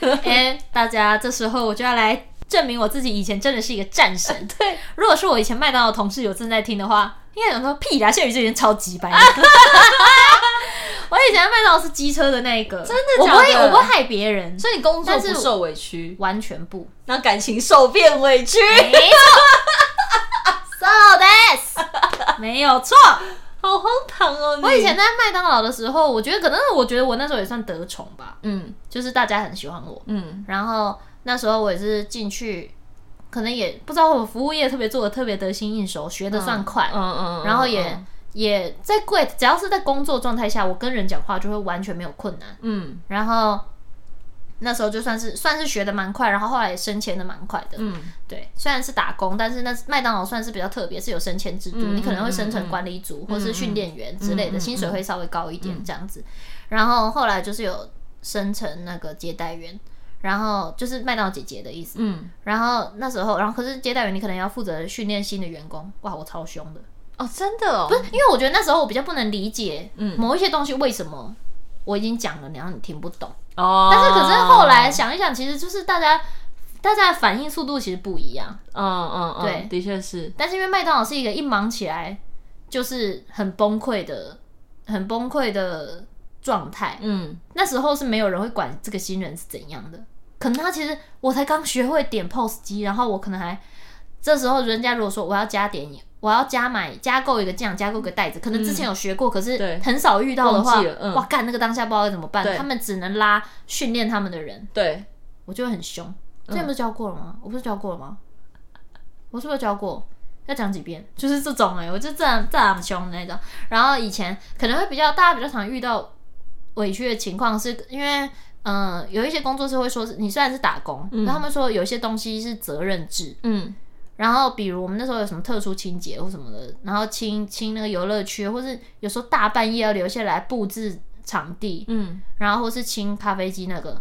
[SPEAKER 1] 哎、大家这时候我就要来证明我自己以前真的是一个战神。对，如果是我以前麦当劳同事有正在听的话，应该想说屁啦，谢宇这人超级白。我以前麦当劳是机车的那一个，真
[SPEAKER 2] 的
[SPEAKER 1] 我不
[SPEAKER 2] 假
[SPEAKER 1] 会，
[SPEAKER 2] 的
[SPEAKER 1] 我不会害别人，
[SPEAKER 2] 所以你工作
[SPEAKER 1] 但是
[SPEAKER 2] 不受委屈，
[SPEAKER 1] 完全不。
[SPEAKER 2] 那感情受变委屈，
[SPEAKER 1] 没错，so this 没有错。
[SPEAKER 2] 好荒唐哦！你
[SPEAKER 1] 我以前在麦当劳的时候，我觉得可能我觉得我那时候也算得宠吧，
[SPEAKER 2] 嗯
[SPEAKER 1] 就是大家很喜欢我。
[SPEAKER 2] 嗯
[SPEAKER 1] 然后那时候我也是进去，可能也不知道我服务业特别做的特别得心应手，学的算快，
[SPEAKER 2] 嗯嗯，
[SPEAKER 1] 然后也、
[SPEAKER 2] 嗯
[SPEAKER 1] 也在柜，只要是在工作状态下，我跟人讲话就会完全没有困难。
[SPEAKER 2] 嗯
[SPEAKER 1] 然后那时候就算是算是学的蛮快，然后后来也升迁的蛮快的。
[SPEAKER 2] 嗯
[SPEAKER 1] 对，虽然是打工，但是那麦当劳算是比较特别，是有升迁制度，
[SPEAKER 2] 嗯
[SPEAKER 1] 你可能会升
[SPEAKER 2] 嗯
[SPEAKER 1] 成
[SPEAKER 2] 嗯
[SPEAKER 1] 管理组、或是训练员之类的，
[SPEAKER 2] 嗯嗯
[SPEAKER 1] 薪水会稍微高一点这样子。然后后来就是有升成那个接待员，然后就是麦当劳姐姐的意思。
[SPEAKER 2] 嗯，
[SPEAKER 1] 然后那时候，然后可是接待员你可能要负责训练新的员工，哇，我超凶的，
[SPEAKER 2] 哦，真的哦，
[SPEAKER 1] 不是因为我觉得那时候我比较不能理解
[SPEAKER 2] 嗯
[SPEAKER 1] 某一些东西为什么我已经讲了，然后你听不懂。
[SPEAKER 2] 哦，
[SPEAKER 1] 但是可是后来想一想，其实就是大家大家的反应速度其实不一样。
[SPEAKER 2] 嗯，嗯嗯，
[SPEAKER 1] 对
[SPEAKER 2] 的确是，
[SPEAKER 1] 但是因为麦当劳是一个一忙起来就是很崩溃的、很崩溃的状态，
[SPEAKER 2] 嗯
[SPEAKER 1] 那时候是没有人会管这个新人是怎样的。可能他其实我才刚学会点 POS 机，然后我可能还这时候人家如果说我要加点，我要加买加购一个酱，加购一个袋子，可能之前有学过，可
[SPEAKER 2] 嗯对
[SPEAKER 1] 是很少遇到的话
[SPEAKER 2] 忘记了，嗯
[SPEAKER 1] 哇干那个当下不知道该怎么办
[SPEAKER 2] 对，
[SPEAKER 1] 他们只能拉训练他们的人，
[SPEAKER 2] 对，
[SPEAKER 1] 我就会很凶。之前不是教过了吗？我不是教过了吗？我是不是教过？要讲几遍？就是这种哎、我就这样这样凶的那种。然后以前可能会比较大家比较常遇到委屈的情况，是因为嗯、呃有一些工作是会说是你虽然是打工，然后他们说有一些东西是责任制。
[SPEAKER 2] 嗯
[SPEAKER 1] 然后，比如我们那时候有什么特殊清洁或什么的，然后清清那个游乐区，或是有时候大半夜要留下来布置场地，
[SPEAKER 2] 嗯，
[SPEAKER 1] 然后或是清咖啡机那个，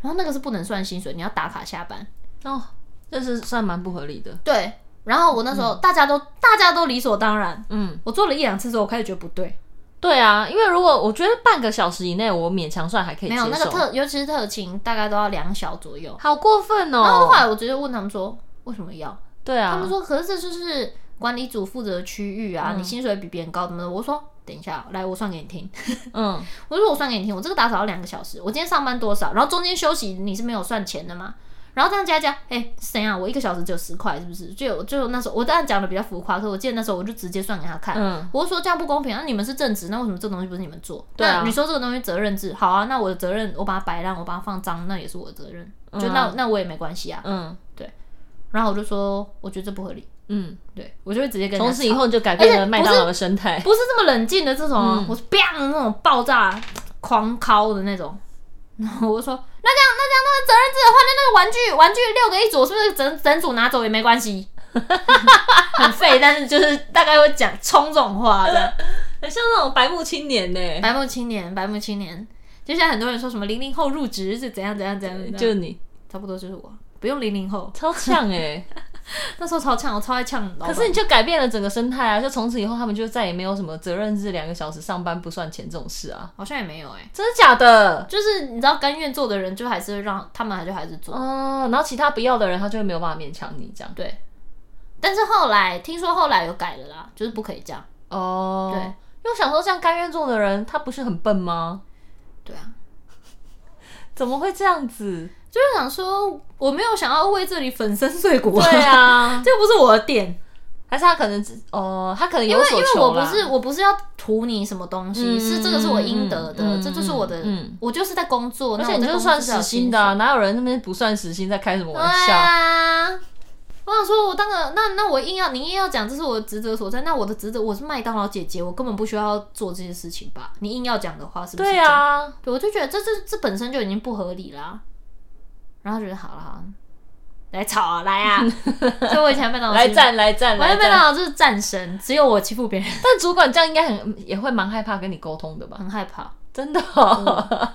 [SPEAKER 1] 然后那个是不能算薪水，你要打卡下班。
[SPEAKER 2] 哦，这是算蛮不合理的，
[SPEAKER 1] 对，然后我那时候、大家都大家都理所当然，
[SPEAKER 2] 嗯，
[SPEAKER 1] 我做了一两次之后，我开始觉得不对，
[SPEAKER 2] 对啊，因为如果我觉得半个小时以内，我勉强算还可以
[SPEAKER 1] 没
[SPEAKER 2] 接
[SPEAKER 1] 有
[SPEAKER 2] 受，
[SPEAKER 1] 那个特，尤其是特勤，大概都要两小左右。
[SPEAKER 2] 好过分
[SPEAKER 1] 然后后
[SPEAKER 2] 哦，
[SPEAKER 1] 来我直接问他们说，为什么要？
[SPEAKER 2] 对啊，
[SPEAKER 1] 他们说，可是这就是管理组负责的区域啊，你薪水比别人高，怎么的？我说。等一下，来，我算给你听。
[SPEAKER 2] 嗯
[SPEAKER 1] 我说我算给你听，我这个打扫要两个小时，我今天上班多少，然后中间休息你是没有算钱的吗？然后这样加一加，哎、是怎样？我一个小时只有十块，是不是？就就那时候我当然讲的比较浮夸，可我记得那时候我就直接算给他看，
[SPEAKER 2] 嗯，
[SPEAKER 1] 我是说这样不公平啊！你们是正职，那为什么这东西不是你们做？
[SPEAKER 2] 对啊
[SPEAKER 1] 那你说这个东西责任制，好啊，那我的责任，我把它摆烂，我把它放脏，那也是我的责任，就那、那我也没关系啊。
[SPEAKER 2] 嗯
[SPEAKER 1] 然后我就说，我觉得这不合理，
[SPEAKER 2] 嗯，
[SPEAKER 1] 对我就会直接跟人
[SPEAKER 2] 从
[SPEAKER 1] 家
[SPEAKER 2] 此
[SPEAKER 1] 吵
[SPEAKER 2] 以后你就改变了麦当劳的生态，
[SPEAKER 1] 不是这么冷静的这种
[SPEAKER 2] 嗯
[SPEAKER 1] 啊，我是 bang 那种爆炸狂敲的那种。然后我就说，那这样那这样，那个责任制换掉那个玩具，玩具六个一组，是不是整整组拿走也没关系？ 很废，但是就是大概会讲冲这种话这样。
[SPEAKER 2] 很像那种白目青年呢，
[SPEAKER 1] 白目青年，白目青年，就像很多人说什么零零后入职是怎样怎样怎样怎样，
[SPEAKER 2] 就你
[SPEAKER 1] 差不多就是我，不用零零后，
[SPEAKER 2] 超呛哎。
[SPEAKER 1] 那时候超呛，我超爱呛老板。
[SPEAKER 2] 可是你就改变了整个生态啊！就从此以后，他们就再也没有什么责任制，两个小时上班不算钱这种事啊！
[SPEAKER 1] 好像也没有哎、
[SPEAKER 2] 真的假的？
[SPEAKER 1] 就是你知道甘愿做的人，就还是让他们还就还是做。
[SPEAKER 2] 哦，然后其他不要的人，他就会没有办法勉强你这样。
[SPEAKER 1] 对，但是后来听说后来有改了啦，就是不可以这样。
[SPEAKER 2] 哦，
[SPEAKER 1] 对，
[SPEAKER 2] 因为我想说，这样甘愿做的人，他不是很笨吗？
[SPEAKER 1] 对啊，
[SPEAKER 2] 怎么会这样子？
[SPEAKER 1] 就是想说我没有想要为这里粉身碎骨，
[SPEAKER 2] 对，啊，
[SPEAKER 1] 这不是我的点。
[SPEAKER 2] 还是他可能只哦，他可能
[SPEAKER 1] 因
[SPEAKER 2] 有
[SPEAKER 1] 为因
[SPEAKER 2] 所
[SPEAKER 1] 为
[SPEAKER 2] 求
[SPEAKER 1] 我不
[SPEAKER 2] 啦
[SPEAKER 1] 是我不是要图你什么东西，
[SPEAKER 2] 嗯
[SPEAKER 1] 是这个是我应得的，
[SPEAKER 2] 嗯嗯
[SPEAKER 1] 这就是我的，
[SPEAKER 2] 嗯
[SPEAKER 1] 我就是在工作，
[SPEAKER 2] 而
[SPEAKER 1] 那
[SPEAKER 2] 且
[SPEAKER 1] 我
[SPEAKER 2] 你
[SPEAKER 1] 在
[SPEAKER 2] 就是
[SPEAKER 1] 公司
[SPEAKER 2] 算
[SPEAKER 1] 是要有
[SPEAKER 2] 时薪的、
[SPEAKER 1] 水
[SPEAKER 2] 啊，哪有人那边不算时薪在开什么玩
[SPEAKER 1] 对
[SPEAKER 2] 笑？
[SPEAKER 1] 啊，我想说，我当个那那我硬要你硬要讲这是我的职责所在，那我的职责我是麦当劳姐姐，我根本不需要做这些事情吧？你硬要讲的话，是不是？
[SPEAKER 2] 对，啊，
[SPEAKER 1] 对，我就觉得这这这本身就已经不合理啦。然后觉得好了，好啦来吵啊，来 啊！所以我以前麦当劳
[SPEAKER 2] 来
[SPEAKER 1] 是，
[SPEAKER 2] 战来战
[SPEAKER 1] 我啊在
[SPEAKER 2] 来
[SPEAKER 1] 麦
[SPEAKER 2] 战。
[SPEAKER 1] 当劳就是战神，只有我欺负别人，
[SPEAKER 2] 但主管这样应该很也会蛮害怕跟你沟通的吧？
[SPEAKER 1] 很害怕。
[SPEAKER 2] 真的、 哦，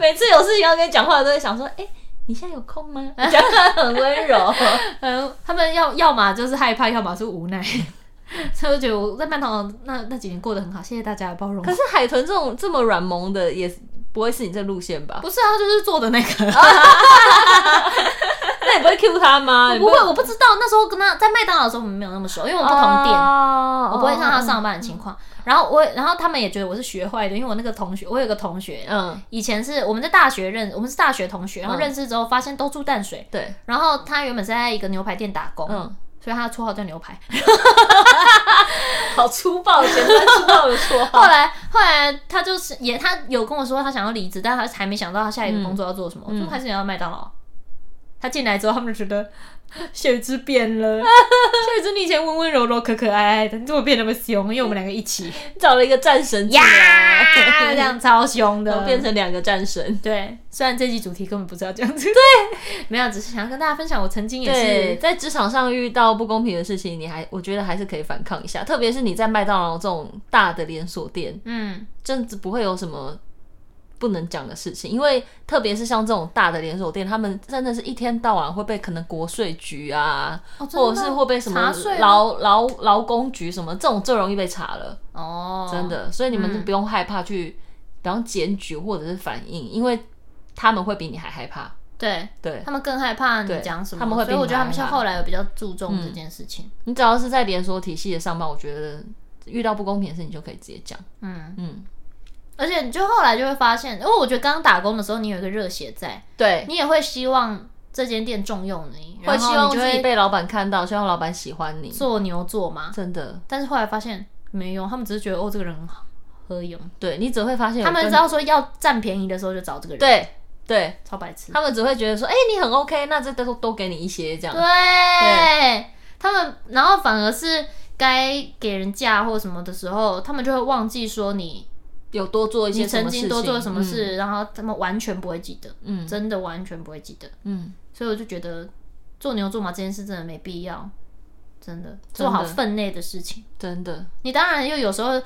[SPEAKER 2] 每次有事情要跟你讲话，都会想说，哎、你现在有空吗？ 讲话很温柔。
[SPEAKER 1] 嗯，他们要要么就是害怕，要么是无奈。 所以我觉得我在麦当劳那那几年过得很好，谢谢大家的包容
[SPEAKER 2] 可。是海豚这种这么软萌的，也不会是你这路线吧？
[SPEAKER 1] 不是啊，他就是做的那个，
[SPEAKER 2] 那你不会 Q 他 吗？
[SPEAKER 1] 我
[SPEAKER 2] 你
[SPEAKER 1] 不会，我不知道。那时候跟他在麦当劳的时候，我们没有那么熟，因为我们不同店，
[SPEAKER 2] 哦
[SPEAKER 1] 我不会看他上班的情况。然后我，然后他们也觉得我是学坏的，因为我那个同学，我有个同学，
[SPEAKER 2] 嗯，
[SPEAKER 1] 以前是我们在大学认，我们是大学同学，然后认识之后发现都住淡水，
[SPEAKER 2] 对，
[SPEAKER 1] 然后他原本是在一个牛排店打工，
[SPEAKER 2] 嗯，
[SPEAKER 1] 所以他的绰号叫牛排。
[SPEAKER 2] 好粗暴，简单粗暴的说。
[SPEAKER 1] 后来后来他就是也他有跟我说他想要离职，但他还没想到他下
[SPEAKER 2] 嗯
[SPEAKER 1] 一个工作要做什么，我说还是想要麦当劳。他进来之后，他们就觉得 谢宇之变 了，谢宇之你以前温温柔柔、可可爱爱的，你怎么变那么凶？因为我们两个一起
[SPEAKER 2] 找了一个战神进
[SPEAKER 1] 呀，
[SPEAKER 2] 来，
[SPEAKER 1] 这样超凶
[SPEAKER 2] 然
[SPEAKER 1] 的，
[SPEAKER 2] 后变成两个战神。
[SPEAKER 1] 对，虽然这集主题根本不知道这样子，对，没有，只是想要跟大家分享，我曾经也
[SPEAKER 2] 对，
[SPEAKER 1] 是，
[SPEAKER 2] 在职场上遇到不公平的事情，你还我觉得还是可以反抗一下，特别是你在麦当劳这种大的连锁店，
[SPEAKER 1] 嗯，
[SPEAKER 2] 真的不会有什么不能讲的事情，因为特别是像这种大的连锁店，他们真的是一天到晚会被可能国税局啊，
[SPEAKER 1] 哦
[SPEAKER 2] 或者是会被什
[SPEAKER 1] 茶
[SPEAKER 2] 么
[SPEAKER 1] 水吗
[SPEAKER 2] 劳劳劳工局什么这种最容易被查了，
[SPEAKER 1] 哦，
[SPEAKER 2] 真，的。所以你们就
[SPEAKER 1] 嗯
[SPEAKER 2] 不用害怕去，比方检举或者是反应，因为他们会比你还害怕。
[SPEAKER 1] 对
[SPEAKER 2] 对
[SPEAKER 1] 他们更害怕你
[SPEAKER 2] 对
[SPEAKER 1] 讲什么，
[SPEAKER 2] 他们会比
[SPEAKER 1] 所以我
[SPEAKER 2] 你
[SPEAKER 1] 觉得他
[SPEAKER 2] 还
[SPEAKER 1] 们嗯像
[SPEAKER 2] 害
[SPEAKER 1] 后来有比较注重这件事情，
[SPEAKER 2] 你只要是在连锁体系的上班，我觉得遇到不公平的事情就可以直接讲。
[SPEAKER 1] 嗯，
[SPEAKER 2] 嗯，
[SPEAKER 1] 而且你就后来就会发现，因为我觉得刚打工的时候，你有一个热血在，
[SPEAKER 2] 对，
[SPEAKER 1] 你也会希望这间店重用你，
[SPEAKER 2] 会
[SPEAKER 1] 然
[SPEAKER 2] 希
[SPEAKER 1] 后
[SPEAKER 2] 望
[SPEAKER 1] 你就
[SPEAKER 2] 自己
[SPEAKER 1] 会
[SPEAKER 2] 被老板看到，希望老板喜欢你。
[SPEAKER 1] 做牛做马，
[SPEAKER 2] 真的，
[SPEAKER 1] 但是后来发现没用，他们只是觉得哦这个人很好合用，
[SPEAKER 2] 对你只会发现有
[SPEAKER 1] 他们
[SPEAKER 2] 更
[SPEAKER 1] 知道说要占便宜的时候就找这个人，，
[SPEAKER 2] 对对，
[SPEAKER 1] 超白痴。
[SPEAKER 2] 他们只会觉得说，哎、你很 OK，那这都都给你一些这样。啊
[SPEAKER 1] 对，他们然后反而是该给人假或什么的时候，他们就会忘记说你
[SPEAKER 2] 有多做一些
[SPEAKER 1] 你
[SPEAKER 2] 什
[SPEAKER 1] 曾
[SPEAKER 2] 么事
[SPEAKER 1] 经
[SPEAKER 2] 情，
[SPEAKER 1] 多做了什么事，然后他们完全不会记得，
[SPEAKER 2] 嗯，
[SPEAKER 1] 真的完全不会记得。
[SPEAKER 2] 嗯，
[SPEAKER 1] 所以我就觉得做牛做马这件事真的没必要，真的
[SPEAKER 2] 真
[SPEAKER 1] 做
[SPEAKER 2] 的
[SPEAKER 1] 好分内的事情
[SPEAKER 2] 嗯，。真的，
[SPEAKER 1] 你当然又有时候。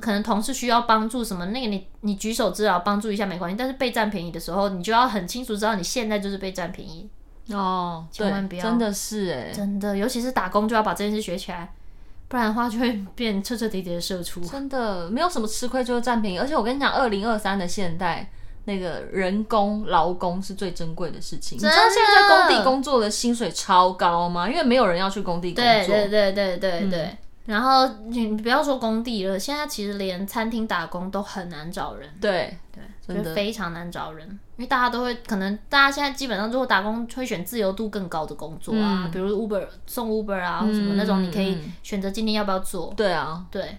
[SPEAKER 1] 可能同事需要帮助什么，那个你你举手之劳帮助一下没关系，但是被占便宜的时候，你就要很清楚知道你现在就是被占便宜，
[SPEAKER 2] 哦，
[SPEAKER 1] 千万不
[SPEAKER 2] 对，
[SPEAKER 1] 要
[SPEAKER 2] 真的是哎、
[SPEAKER 1] 真的，尤其是打工就要把这件事学起来，不然的话就会变彻彻底底的社畜。
[SPEAKER 2] 真的没有什么吃亏就是占便宜，而且我跟你讲，二零二三的现代。那个人工劳工是最珍贵的事情。你知道
[SPEAKER 1] 真的
[SPEAKER 2] 现在在工地工作的薪水超高吗？因为没有人要去工地工
[SPEAKER 1] 对
[SPEAKER 2] 作。
[SPEAKER 1] 对对对对对。然后你不要说工地了，现在其实连餐厅打工都很难找人，
[SPEAKER 2] 对
[SPEAKER 1] 对，
[SPEAKER 2] 真的
[SPEAKER 1] 就非常难找人，因为大家都会可能大家现在基本上如果打工会选自由度更高的工作啊，
[SPEAKER 2] 嗯
[SPEAKER 1] 比如 Uber 送 Uber 啊、或什么那种，你可以选择今天要不要做，
[SPEAKER 2] 对啊，
[SPEAKER 1] 对。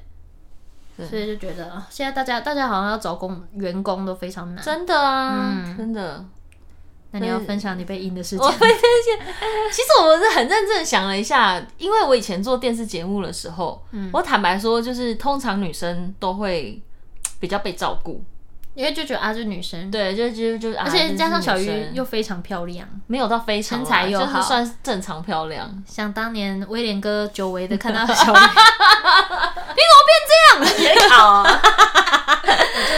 [SPEAKER 2] 对
[SPEAKER 1] 所以就觉得啊现在大家大家好像要找工员工都非常难。
[SPEAKER 2] 真的啊，
[SPEAKER 1] 嗯
[SPEAKER 2] 真的。
[SPEAKER 1] 那你要分享你被阴的事情
[SPEAKER 2] 我？会这些。其实我是很认真地想了一下，因为我以前做电视节目的时候，
[SPEAKER 1] 嗯
[SPEAKER 2] 我坦白说，就是通常女生都会比较被照顾，
[SPEAKER 1] 因为就觉得啊，这女生，
[SPEAKER 2] 对，就就就，而
[SPEAKER 1] 而且加上小鱼又非常漂亮，
[SPEAKER 2] 没有到非常啦
[SPEAKER 1] 身材又
[SPEAKER 2] 就是
[SPEAKER 1] 好
[SPEAKER 2] 算是正常漂亮。
[SPEAKER 1] 想当年威廉哥久违 的看到小鱼，
[SPEAKER 2] 也好 啊，我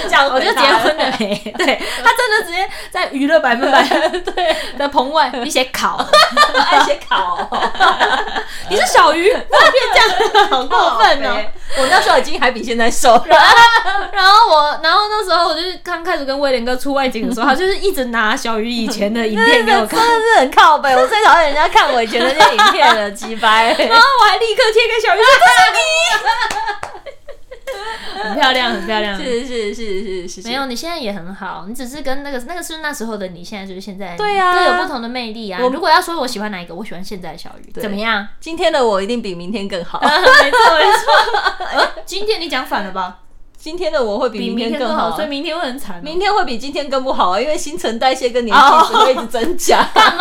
[SPEAKER 2] 就这样，
[SPEAKER 1] 我就结婚了没？ 对他真的直接在娱乐百分百 对的棚外，你写考，
[SPEAKER 2] 我爱写考、
[SPEAKER 1] 你是小鱼，怎么变这 样，好过分哦、
[SPEAKER 2] 哦！我那时候已经还比现在瘦了，
[SPEAKER 1] 然后我，然后那时候我就是刚开始跟威廉哥出外景的时候，他就是一直拿小鱼以前的影片给我
[SPEAKER 2] 真的
[SPEAKER 1] 看，
[SPEAKER 2] 是很靠背。我最讨厌人家看我以前那些影片了，鸡 掰。
[SPEAKER 1] 然后我还立刻贴给小鱼说：“这是你，很漂亮，很漂亮。”
[SPEAKER 2] 是是是是是，
[SPEAKER 1] 没有，你现在也很好，你只是跟那个那个是那时候的你，现在就是现在的你
[SPEAKER 2] 对啊
[SPEAKER 1] 各有不同的魅力啊。
[SPEAKER 2] 我
[SPEAKER 1] 如果要说我喜欢哪一个，我喜欢现在的小鱼，
[SPEAKER 2] 对
[SPEAKER 1] 怎么样？
[SPEAKER 2] 今天的我一定比明天更好，
[SPEAKER 1] 没错没错。 呃今天你讲反了吧？
[SPEAKER 2] 今天的我会比
[SPEAKER 1] 比明
[SPEAKER 2] 明
[SPEAKER 1] 天
[SPEAKER 2] 更
[SPEAKER 1] 更好，
[SPEAKER 2] 好，啊
[SPEAKER 1] 所以明天会很惨哦。
[SPEAKER 2] 明天会比今天更不好啊，因为新陈代谢跟年纪只会一直增加。
[SPEAKER 1] 哦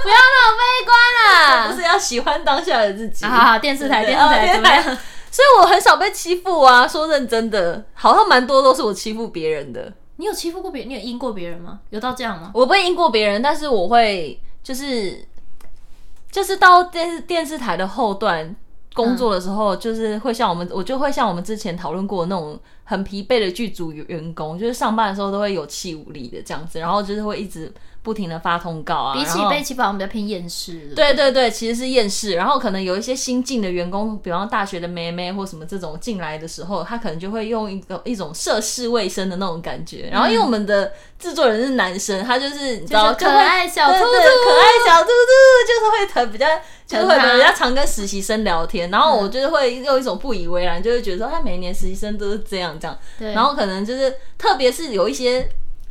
[SPEAKER 1] 不要那么悲观
[SPEAKER 2] 不
[SPEAKER 1] 啦。
[SPEAKER 2] 是要喜欢当下的自己
[SPEAKER 1] 好好好，电视台
[SPEAKER 2] 对
[SPEAKER 1] 电视台
[SPEAKER 2] 哦
[SPEAKER 1] 怎么
[SPEAKER 2] 电视
[SPEAKER 1] 样？
[SPEAKER 2] 所以我很少被欺负啊。说认真的，好像蛮多都是我欺负别人的。
[SPEAKER 1] 你有欺负过别人？你有阴过别人吗？有到这样吗？
[SPEAKER 2] 我不会赢过别人，但是我会就是就是到电视电视台的后段工作的时候，
[SPEAKER 1] 嗯
[SPEAKER 2] 就是会像我们，我就会像我们之前讨论过那种很疲惫的剧组员工，就是上班的时候都会有气无力的这样子，然后就是会一直不停的发通告啊，
[SPEAKER 1] 比起
[SPEAKER 2] 然后
[SPEAKER 1] 被欺负，我们比较偏厌世。
[SPEAKER 2] 对对对，其实是厌世。然后可能有一些新进的员工，比方大学的妹妹或什么这种进来的时候，他可能就会用一个一种涉世未深的那种感觉。然后因为我们的制作人是男生，他就是你知道
[SPEAKER 1] 就是
[SPEAKER 2] 就
[SPEAKER 1] 可
[SPEAKER 2] 会
[SPEAKER 1] 爱啊小
[SPEAKER 2] 对
[SPEAKER 1] 兔
[SPEAKER 2] 对
[SPEAKER 1] 兔
[SPEAKER 2] 可爱小兔兔，就是会很比较就是
[SPEAKER 1] 疼他
[SPEAKER 2] 会比较常跟实习生聊天。然后我就是会用一种不以为然，就会觉得说他啊每一年实习生都是这样这样。
[SPEAKER 1] 对，
[SPEAKER 2] 然后可能就是特别是有一些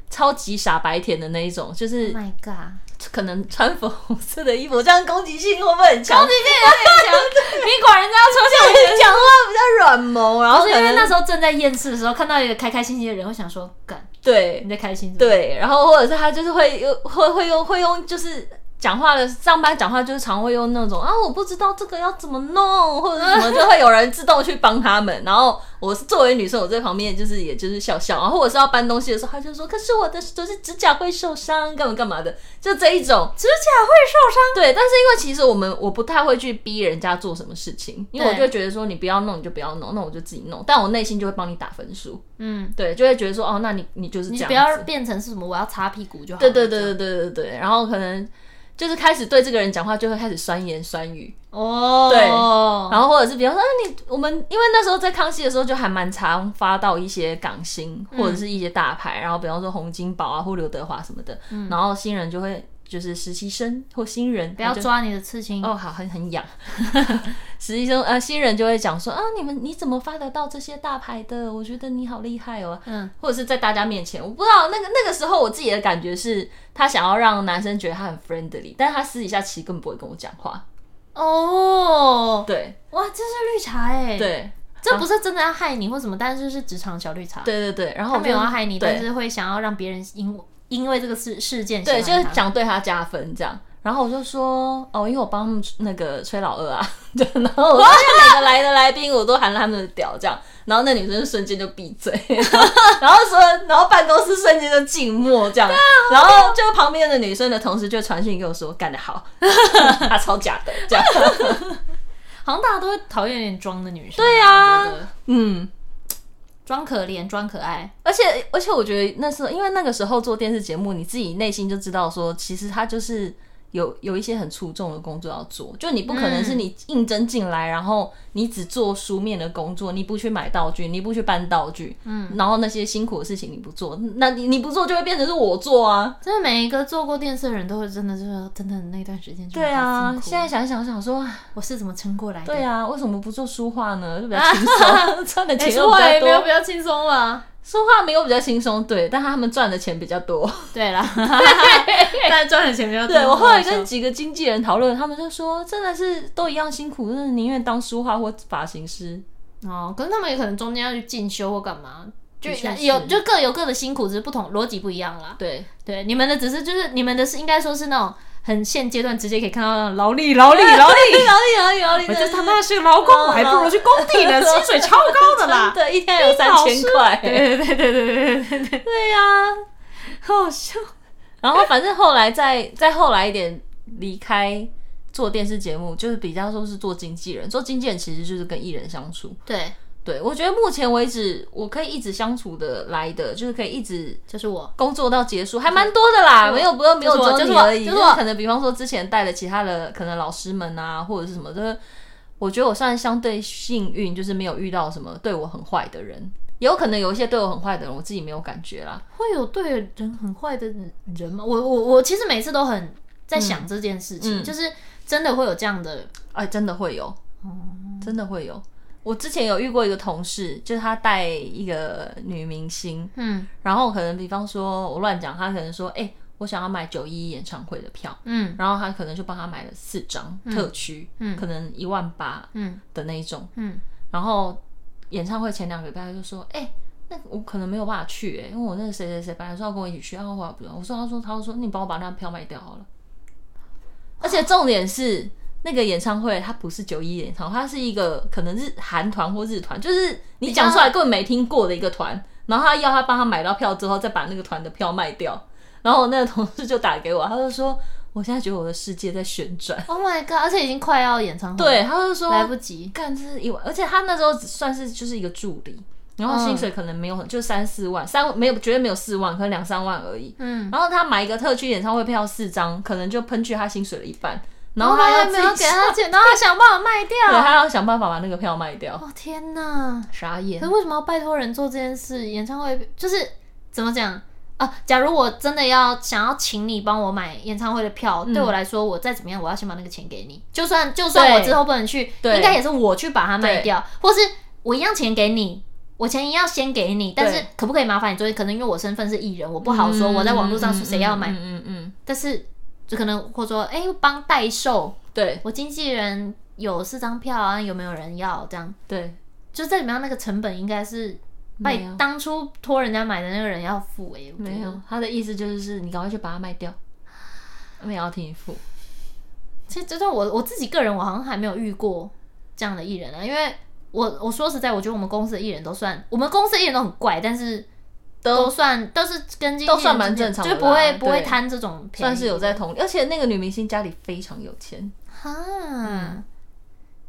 [SPEAKER 2] 超级傻白甜的那一种，就是
[SPEAKER 1] Oh My God，
[SPEAKER 2] 可能穿粉红色的衣服，这样攻击性会不会很强？攻击 性
[SPEAKER 1] 你果然这样出 现。
[SPEAKER 2] 讲话比较软萌，然后
[SPEAKER 1] 不是
[SPEAKER 2] 可
[SPEAKER 1] 因为
[SPEAKER 2] 能
[SPEAKER 1] 那时候正在厌世的时候，看到一个开开心心的人，会想说：“干，
[SPEAKER 2] 对
[SPEAKER 1] 你在开心什么？”
[SPEAKER 2] 对，然后或者是他就是会用会会用会用就是。讲话的上班讲话就是常会用那种啊，我不知道这个要怎么弄，或者是什么，就会有人自动去帮他们。然后我是作为女生，我在旁边就是也就是笑笑，然后我是要搬东西的时候，他就说，可是我的就是指甲会受伤，干嘛干嘛的，就这一种。
[SPEAKER 1] 指甲会受伤。
[SPEAKER 2] 对，但是因为其实我们我不太会去逼人家做什么事情，因为我
[SPEAKER 1] 对
[SPEAKER 2] 就会觉得说你不要弄你就不要弄，那我就自己弄，但我内心就会帮你打分数，
[SPEAKER 1] 嗯，
[SPEAKER 2] 对，就会觉得说哦，那你你就是这
[SPEAKER 1] 你
[SPEAKER 2] 样
[SPEAKER 1] 不要
[SPEAKER 2] 子
[SPEAKER 1] 变成是什么我要擦屁股就好。
[SPEAKER 2] 对对对对，对对对，然后可能就是开始对这个人讲话就会开始酸言酸语，
[SPEAKER 1] 哦，
[SPEAKER 2] 对
[SPEAKER 1] 然
[SPEAKER 2] 然后或者是比方说，啊、你我们因为那时候在康熙的时候就还蛮常发到一些港星或者
[SPEAKER 1] 嗯
[SPEAKER 2] 是一些大牌，然后比方说洪金宝啊或刘德华什么的，然后新人就会就是实习生或新人
[SPEAKER 1] 嗯不要
[SPEAKER 2] 他就
[SPEAKER 1] 抓你的刺青。
[SPEAKER 2] 哦，好，很很痒。 实习生呃，新人就会讲说啊，你们你怎么发得到这些大牌的？我觉得你好厉害哦。
[SPEAKER 1] 嗯，
[SPEAKER 2] 或者是在大家面前，我不知道那个那个时候我自己的感觉是，他想要让男生觉得他很 friendly，但是他私底下其实根本不会跟我讲话。
[SPEAKER 1] 哦，
[SPEAKER 2] 对
[SPEAKER 1] 哇，这是绿茶哎。，
[SPEAKER 2] 对
[SPEAKER 1] 这不是真的要害你或什么，但是就是职场小绿茶。，
[SPEAKER 2] 对对对，然后
[SPEAKER 1] 他
[SPEAKER 2] 我
[SPEAKER 1] 没有
[SPEAKER 2] 就
[SPEAKER 1] 要害你，
[SPEAKER 2] 对
[SPEAKER 1] 但是会想要让别人因因为这个事事件
[SPEAKER 2] 对，
[SPEAKER 1] 喜
[SPEAKER 2] 就
[SPEAKER 1] 欢
[SPEAKER 2] 是
[SPEAKER 1] 他
[SPEAKER 2] 想对他加分这样。然后我就说哦，因为我帮他们那个吹老二啊， 对，然后我就每个来的来宾我都喊他们的屌这样，然后那女生就瞬间就闭嘴， 然后说，然后办公室瞬间就静默这样，
[SPEAKER 1] 啊
[SPEAKER 2] 然后就旁边的女生的同事就传讯给我说干得好， 他超假的这样，
[SPEAKER 1] 好像大家都会讨厌有点装的女生。
[SPEAKER 2] 对啊
[SPEAKER 1] 我觉得
[SPEAKER 2] 嗯。
[SPEAKER 1] 装可怜，装可爱。
[SPEAKER 2] 而且而且，我觉得那时候，因为那个时候做电视节目，你自己内心就知道说，其实他就是有有一些很出众的工作要做，就你不可能是你应征进来，然后你只做书面的工作，你不去买道具，你不去搬道具，嗯，然后那些辛苦的事情你不做，那你你不做就会变成是我做啊。
[SPEAKER 1] 真的，每一个做过电视的人都会真的就是真的那段时间真
[SPEAKER 2] 对
[SPEAKER 1] 的好
[SPEAKER 2] 啊
[SPEAKER 1] 辛，苦
[SPEAKER 2] 现在想一想想说，
[SPEAKER 1] 我是怎么撑过来的？
[SPEAKER 2] 对啊，为什么不做书画呢？就比较 轻松，赚的
[SPEAKER 1] 哎，
[SPEAKER 2] 钱又
[SPEAKER 1] 说
[SPEAKER 2] 比
[SPEAKER 1] 话
[SPEAKER 2] 较
[SPEAKER 1] 也没有
[SPEAKER 2] 多
[SPEAKER 1] 比。较轻松吧？
[SPEAKER 2] 书画没有比较轻松，对，但他们赚的钱比较多。
[SPEAKER 1] 对 啦，但赚的钱没有。
[SPEAKER 2] 对我后来跟几个经纪人讨论，他们就说真的是都一样辛苦，真的宁愿当书画或发型师。
[SPEAKER 1] 哦，可是他们有可能中间要去进修或干嘛，就
[SPEAKER 2] 的确是
[SPEAKER 1] 有就各有各的辛苦，只是不同逻辑不一样啦。
[SPEAKER 2] 对，
[SPEAKER 1] 对，你们的只是就是你们的是应该说是那种很现阶段直接可以看到那种劳力劳力劳力，
[SPEAKER 2] 有理有理有理，
[SPEAKER 1] 我
[SPEAKER 2] 真的
[SPEAKER 1] 这他妈是个劳工，我还不如去工地呢，薪水超高的 啦。
[SPEAKER 2] 对，一天有三千块。
[SPEAKER 1] 对对对对对对对对，
[SPEAKER 2] 对呀、
[SPEAKER 1] 好好笑。
[SPEAKER 2] 然后反正后来再再后来一点离开做电视节目，就是比较说是做经纪人，做经纪人其实就是跟艺人相处。
[SPEAKER 1] 对，
[SPEAKER 2] 对我觉得目前为止，我可以一直相处的来的，就是可以一直
[SPEAKER 1] 就是我。
[SPEAKER 2] 工作到结束还蛮多的啦，没有不用没有
[SPEAKER 1] 就是我就
[SPEAKER 2] 只有
[SPEAKER 1] 是
[SPEAKER 2] 你
[SPEAKER 1] 我
[SPEAKER 2] 而已，
[SPEAKER 1] 就
[SPEAKER 2] 就是是
[SPEAKER 1] 我
[SPEAKER 2] 可能比方说之前带了其他的可能老师们啊或者是什么，就是我觉得我算相对幸运，就是没有遇到什么对我很坏的人，也有可能有一些对我很坏的人，我自己没有感觉啦。
[SPEAKER 1] 会有对人很坏的人吗？我我我其实每次都很在想这件事情，
[SPEAKER 2] 嗯嗯
[SPEAKER 1] 就是真的会有这样的，
[SPEAKER 2] 哎，真的会有，
[SPEAKER 1] 哦
[SPEAKER 2] 真的会有。我之前有遇过一个同事，就是他带一个女明星，
[SPEAKER 1] 嗯
[SPEAKER 2] 然后可能比方说我乱讲，他可能说，哎、我想要买九一演唱会的票。
[SPEAKER 1] 嗯
[SPEAKER 2] 然后他可能就帮他买了四张特区，
[SPEAKER 1] 嗯
[SPEAKER 2] 可能一万八
[SPEAKER 1] 嗯
[SPEAKER 2] 的那一种。
[SPEAKER 1] 嗯，
[SPEAKER 2] 然后演唱会前两个礼拜他就说：“哎、那我可能没有办法去、哎，因为我那个谁谁谁本来说要跟我一起去，然啊后后来不要。”我说：“他说他说你帮我把那票卖掉好了。”而且重点是。那个演唱会它不是九一演唱会，它是一个可能是韩团或日团，就是你讲出来根本没听过的一个团，然后他要他帮他买到票之后，再把那个团的票卖掉。然后我那个同事就打给我，他就说我现在觉得我的世界在旋转。
[SPEAKER 1] Oh my god！而且已经快要演唱会，
[SPEAKER 2] 对，，他就说
[SPEAKER 1] 来不及。
[SPEAKER 2] 干，这是一万，而且他那时候只算是就是一个助理，
[SPEAKER 1] 嗯
[SPEAKER 2] 然后薪水可能没有很，就三四万，三没有绝对没有四万，可能两三万而已。
[SPEAKER 1] 嗯，
[SPEAKER 2] 然后他买一个特区演唱会票四张，可能就喷去他薪水的一半，
[SPEAKER 1] 然
[SPEAKER 2] 然后
[SPEAKER 1] 后
[SPEAKER 2] 他
[SPEAKER 1] 哦他
[SPEAKER 2] 要
[SPEAKER 1] 还
[SPEAKER 2] 自
[SPEAKER 1] 没
[SPEAKER 2] 己
[SPEAKER 1] 有给他钱，然后他想办法卖
[SPEAKER 2] 对，
[SPEAKER 1] 掉。
[SPEAKER 2] 他要想办法把那个票卖 掉。
[SPEAKER 1] 哦天哪！
[SPEAKER 2] 傻眼
[SPEAKER 1] 可是，为什么要拜托人做这件事？演唱会就是怎么讲啊？假如我真的要想要请你帮我买演唱会的票，
[SPEAKER 2] 嗯
[SPEAKER 1] 对我来说，我再怎么样，我要先把那个钱给你。就算就算我之后不能去，
[SPEAKER 2] 对
[SPEAKER 1] 应该也是我去把它卖掉，或是我一样钱给你。我钱一样先给你，但是可不可以麻烦你做？可能因为我身份是艺人，我不好说。我在网络上说谁要买，
[SPEAKER 2] 嗯嗯嗯嗯，
[SPEAKER 1] 但是就可能或者说，哎、帮代售，
[SPEAKER 2] 对
[SPEAKER 1] 我经纪人有四张票啊，有没有人要？这样
[SPEAKER 2] 对，
[SPEAKER 1] 就这里面那个成本应该是把
[SPEAKER 2] 没有
[SPEAKER 1] 你当初托人家买的那个人要付哎、欸，我觉得
[SPEAKER 2] 没有，，他的意思就是是你赶快去把它卖掉，没有要替你付。
[SPEAKER 1] 其实就算我我自己个人，我好像还没有遇过这样的艺人啊，因为我我说实在，我觉得我们公司的艺人都算，我们公司的艺人都很怪，但是都算都是跟经纪人
[SPEAKER 2] 都算蛮正常的
[SPEAKER 1] 就
[SPEAKER 2] 啦
[SPEAKER 1] 不会不会
[SPEAKER 2] 对
[SPEAKER 1] 贪这种便宜，
[SPEAKER 2] 算是有在同理，而且那个女明星家里非常有钱，
[SPEAKER 1] 哈，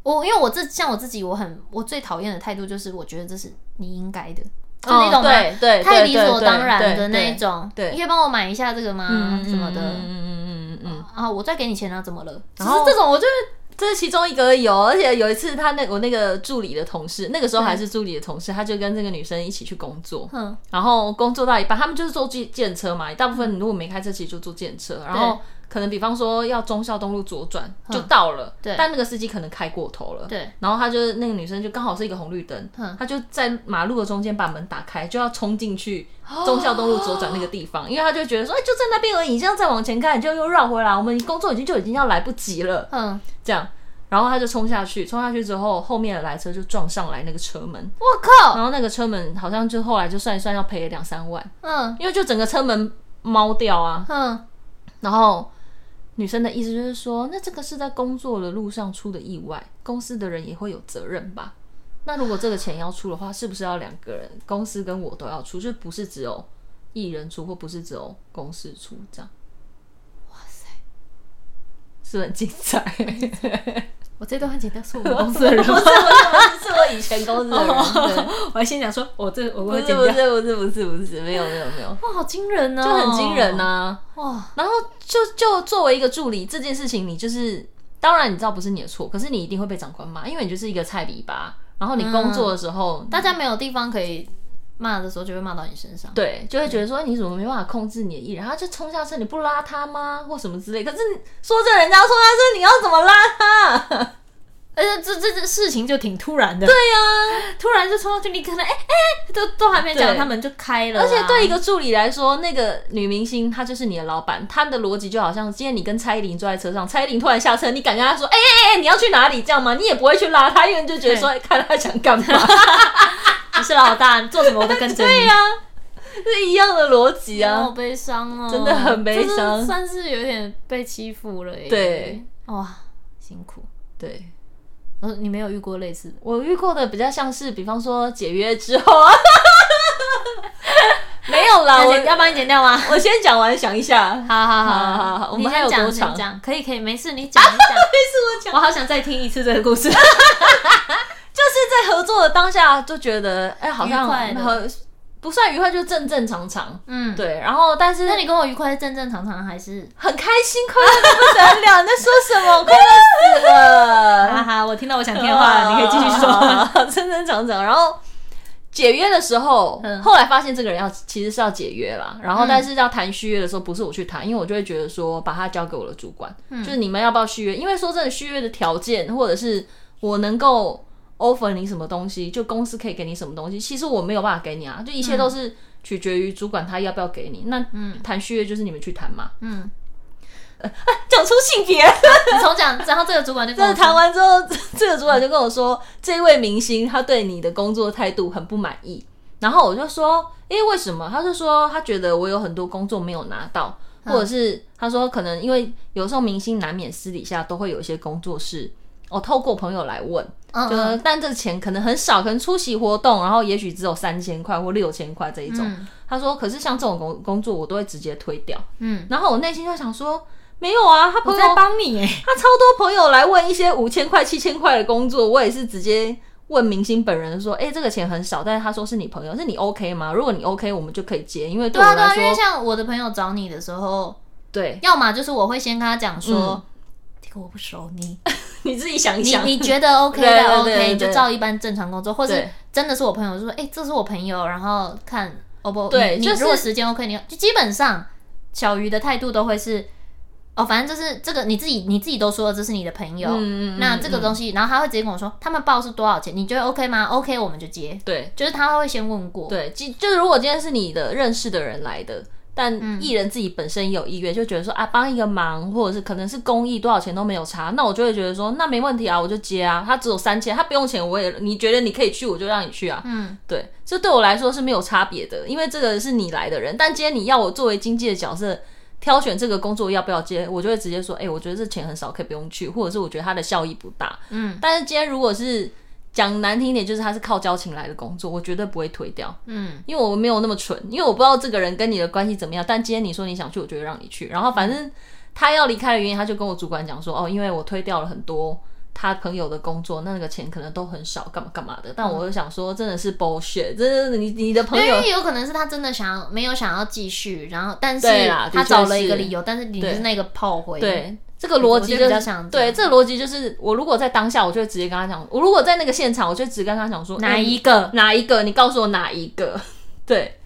[SPEAKER 1] 我因为我自像我自己，我很我最讨厌的态度就是，我觉得这是你应该的，就那种啊
[SPEAKER 2] 哦对对
[SPEAKER 1] 太
[SPEAKER 2] 对
[SPEAKER 1] 理
[SPEAKER 2] 对
[SPEAKER 1] 所
[SPEAKER 2] 对
[SPEAKER 1] 当然的
[SPEAKER 2] 对
[SPEAKER 1] 那
[SPEAKER 2] 对
[SPEAKER 1] 一种。
[SPEAKER 2] 对
[SPEAKER 1] 你可以帮我买一下这个吗？啊什么的。
[SPEAKER 2] 嗯嗯嗯嗯嗯。
[SPEAKER 1] 啊，我再给你钱啊，怎么了？只
[SPEAKER 2] 然
[SPEAKER 1] 是
[SPEAKER 2] 后
[SPEAKER 1] 这种，我就是
[SPEAKER 2] 这是其中一个而已哦，而且有一次他那我那个助理的同事，那个时候还是助理的同事，他就跟这个女生一起去工作，
[SPEAKER 1] 哼，
[SPEAKER 2] 然后工作到一半，他们就是坐计电车嘛，大部
[SPEAKER 1] 嗯
[SPEAKER 2] 分如果没开车，其实就坐电车，然后可能比方说要忠孝东路左转就到了，
[SPEAKER 1] 嗯对
[SPEAKER 2] 但那个司机可能开过头了，
[SPEAKER 1] 对，
[SPEAKER 2] 然后他就是那个女生就刚好是一个红绿灯，
[SPEAKER 1] 嗯
[SPEAKER 2] 他就在马路的中间把门打开，就要冲进去忠孝东路左转那个地方，因为他就觉得说，哎，就在那边而已，你这样再往前看，你就又绕回来，我们工作已经就已经要来不及了。
[SPEAKER 1] 哼，
[SPEAKER 2] 这样，然后他就冲下去，冲下去之后，后面的来车就撞上来那个车门，
[SPEAKER 1] 我靠，
[SPEAKER 2] 然后那个车门好像就后来就算一算要赔了两三万，
[SPEAKER 1] 嗯
[SPEAKER 2] 因为就整个车门猫掉啊。
[SPEAKER 1] 哼，
[SPEAKER 2] 然后女生的意思就是说，那这个是在工作的路上出的意外，公司的人也会有责任吧？那如果这个钱要出的话，是不是要两个人，公司跟我都要出，就不是只有艺人出，或不是只有公司出这样？哇塞，是不是很精彩？
[SPEAKER 1] 我这段会剪掉， 是我
[SPEAKER 2] 我
[SPEAKER 1] 们
[SPEAKER 2] 公司的人吗？是我以前公司的人。对，
[SPEAKER 1] 我还先讲说，我这我
[SPEAKER 2] 不
[SPEAKER 1] 会
[SPEAKER 2] 是
[SPEAKER 1] 剪
[SPEAKER 2] 不
[SPEAKER 1] 掉，
[SPEAKER 2] 是不是不是不是，没有没有没有，
[SPEAKER 1] 哇，好惊人呢，
[SPEAKER 2] 就很惊人啊
[SPEAKER 1] 呐，
[SPEAKER 2] 呐、
[SPEAKER 1] 哇，
[SPEAKER 2] 然后就就作为一个助理，这件事情你就是，当然你知道不是你的错，可是你一定会被长官骂，因为你就是一个菜比吧。然后你工作的时候，
[SPEAKER 1] 大家没有地方可以骂的时候，就会骂到你身上。
[SPEAKER 2] 对，就会觉得说你怎么没办法控制你的艺人，他就冲下车，你不拉他吗？或什么之类。可是说这人家冲下车，你要怎么拉他？
[SPEAKER 1] 而且这这这事情就挺突然的，对呀、突然就冲上去，你可能哎哎、都都还没讲，
[SPEAKER 2] 对
[SPEAKER 1] 他们就开了啊、
[SPEAKER 2] 而且对一个助理来说，那个女明星她就是你的老板，她的逻辑就好像今天你跟蔡依林坐在车上，蔡依林突然下车，你敢跟她说，哎哎哎，你要去哪里这样吗？你也不会去拉她，因为你就觉得说，哎看她想干嘛，
[SPEAKER 1] 你是老大，你做什么我都跟着你。
[SPEAKER 2] 对呀、啊 是一样的逻辑
[SPEAKER 1] 哎好
[SPEAKER 2] 啊。
[SPEAKER 1] 悲伤哦，
[SPEAKER 2] 真的很悲伤
[SPEAKER 1] 这真的算是有点被欺负了耶。
[SPEAKER 2] 对，
[SPEAKER 1] 哇，辛苦。
[SPEAKER 2] 对
[SPEAKER 1] 呃，你没有遇过类似的？
[SPEAKER 2] 我遇过的比较像是，比方说解约之后啊， 没有啦，
[SPEAKER 1] 要
[SPEAKER 2] 我
[SPEAKER 1] 剪要帮你剪掉吗？
[SPEAKER 2] 我先讲完，想一下。
[SPEAKER 1] 啊 好好
[SPEAKER 2] 好好好
[SPEAKER 1] 好，
[SPEAKER 2] 我
[SPEAKER 1] 你
[SPEAKER 2] 们还有
[SPEAKER 1] 先讲
[SPEAKER 2] 多
[SPEAKER 1] 你
[SPEAKER 2] 长
[SPEAKER 1] 先讲可以可以，没事，你讲一讲。
[SPEAKER 2] 是我讲
[SPEAKER 1] 我好想再听一次这个故事。
[SPEAKER 2] 就是在合作的当下就觉得，哎、好像
[SPEAKER 1] 愉快的
[SPEAKER 2] 和不算愉快，就正正常常。
[SPEAKER 1] 嗯，。
[SPEAKER 2] 对，然后但是
[SPEAKER 1] 那你跟我愉快是正正常常还是？
[SPEAKER 2] 很开心，快乐的不得了，你在说什么？快乐死
[SPEAKER 1] 哈
[SPEAKER 2] 了！
[SPEAKER 1] 哈，我听到我想听的话
[SPEAKER 2] 啊
[SPEAKER 1] 了，你可以继续说。
[SPEAKER 2] 说，正正常常。然后解约的时候，
[SPEAKER 1] 嗯
[SPEAKER 2] 后来发现这个人要其实是要解约啦。然后
[SPEAKER 1] 嗯
[SPEAKER 2] 但是要谈续约的时候，不是我去谈，因为我就会觉得说，把他交给我的主管，
[SPEAKER 1] 嗯
[SPEAKER 2] 就是你们要不要续约？因为说真的，续约的条件或者是我能够 offer 你什么东西，就公司可以给你什么东西，其实我没有办法给你啊，就一切都是取决于主管他要不要给你。那
[SPEAKER 1] 嗯
[SPEAKER 2] 谈续约就是你们去谈嘛，
[SPEAKER 1] 嗯，
[SPEAKER 2] 讲出性别。
[SPEAKER 1] 你重讲，然后这个主管就跟
[SPEAKER 2] 那
[SPEAKER 1] 我
[SPEAKER 2] 谈
[SPEAKER 1] 说，
[SPEAKER 2] 完之后，这个主管就跟我说，这位明星他对你的工作态度很不满意。然后我就说，诶、为什么？他就说他觉得我有很多工作没有拿到，
[SPEAKER 1] 嗯
[SPEAKER 2] 或者是他说可能因为有时候明星难免私底下都会有一些工作室，哦，透过朋友来问，
[SPEAKER 1] 嗯
[SPEAKER 2] 就
[SPEAKER 1] 嗯
[SPEAKER 2] 但这钱可能很少，可能出席活动，然后也许只有三千块或六千块这一种。
[SPEAKER 1] 嗯
[SPEAKER 2] 他说，可是像这种工工作，我都会直接推掉。
[SPEAKER 1] 嗯，
[SPEAKER 2] 然后我内心就想说，没有啊，他朋
[SPEAKER 1] 我
[SPEAKER 2] 友
[SPEAKER 1] 在帮你哎，
[SPEAKER 2] 他超多朋友来问一些五千块、七千块的工作，我也是直接问明星本人说：“哎、这个钱很少。”但是他说是你朋友，是你 OK 吗？如果你 OK，我们就可以接，因为对
[SPEAKER 1] 对
[SPEAKER 2] 我
[SPEAKER 1] 啊对
[SPEAKER 2] 来
[SPEAKER 1] 啊，因为
[SPEAKER 2] 说，
[SPEAKER 1] 像我的朋友找你的时候，
[SPEAKER 2] 对嗯
[SPEAKER 1] 要么就是我会先跟他讲说，这个我不熟 你，
[SPEAKER 2] 你自己想一
[SPEAKER 1] 你
[SPEAKER 2] 想，
[SPEAKER 1] 你觉得 OK
[SPEAKER 2] 对
[SPEAKER 1] 的
[SPEAKER 2] 对对
[SPEAKER 1] OK，
[SPEAKER 2] 对
[SPEAKER 1] 你就照一般正常工作，或是
[SPEAKER 2] 对
[SPEAKER 1] 真的是我朋友就说，哎，这是我朋友，然后看 O 不 O，
[SPEAKER 2] 对
[SPEAKER 1] 你
[SPEAKER 2] 就
[SPEAKER 1] 你
[SPEAKER 2] 是
[SPEAKER 1] 如果时间 OK，你就基本上小鱼的态度都会是。哦，反正就是这个，你自己你自己都说了这是你的朋友，
[SPEAKER 2] 嗯嗯
[SPEAKER 1] 那这个
[SPEAKER 2] 嗯
[SPEAKER 1] 东西，然后他会直接跟我说，他们报是多少钱，你觉得 OK 吗？OK，我们就接，
[SPEAKER 2] 对
[SPEAKER 1] 就是他会先问过，
[SPEAKER 2] 对，就就是如果今天是你的认识的人来的。
[SPEAKER 1] 嗯
[SPEAKER 2] 但艺人自己本身也有意愿，就觉得说啊，帮一个忙，或者是可能是公益，多少钱都没有差，那我就会觉得说，那没问题啊，我就接啊。他只有三千，他不用钱，我也你觉得你可以去，我就让你去啊。
[SPEAKER 1] 嗯，
[SPEAKER 2] 对，这对我来说是没有差别的，因为这个是你来的人。但今天你要我作为经纪的角色挑选这个工作要不要接，我就会直接说，哎、我觉得这钱很少，可以不用去，或者是我觉得它的效益不大。
[SPEAKER 1] 嗯
[SPEAKER 2] 但是今天如果是讲难听一点，就是他是靠交情来的工作，我绝对不会推掉，
[SPEAKER 1] 嗯，
[SPEAKER 2] 因为我没有那么蠢，因为我不知道这个人跟你的关系怎么样。但今天你说你想去，我就会让你去。然后反正他要离开的原因，他就跟我主管讲说，哦，因为我推掉了很多。他朋友的工作，那个钱可能都很少，干嘛干嘛的。但我就想说，真的是 bullshit，真的，你你的朋
[SPEAKER 1] 因
[SPEAKER 2] 友
[SPEAKER 1] 为有可能是他真的想要没有想要继续，然后但是
[SPEAKER 2] 对啦
[SPEAKER 1] 他
[SPEAKER 2] 的确
[SPEAKER 1] 找了一个
[SPEAKER 2] 是
[SPEAKER 1] 理由，但是你就
[SPEAKER 2] 对
[SPEAKER 1] 是那个炮灰，
[SPEAKER 2] 对，这个逻辑
[SPEAKER 1] 嗯
[SPEAKER 2] 就
[SPEAKER 1] 我觉得比较
[SPEAKER 2] 是
[SPEAKER 1] 像这样
[SPEAKER 2] 对，这个逻辑就是，我如果在当下，我就会直接跟他讲；我如果在那个现场，我就直接跟他讲说
[SPEAKER 1] 哪
[SPEAKER 2] 欸
[SPEAKER 1] 一个？
[SPEAKER 2] 哪一个，你告诉我哪一个。 对，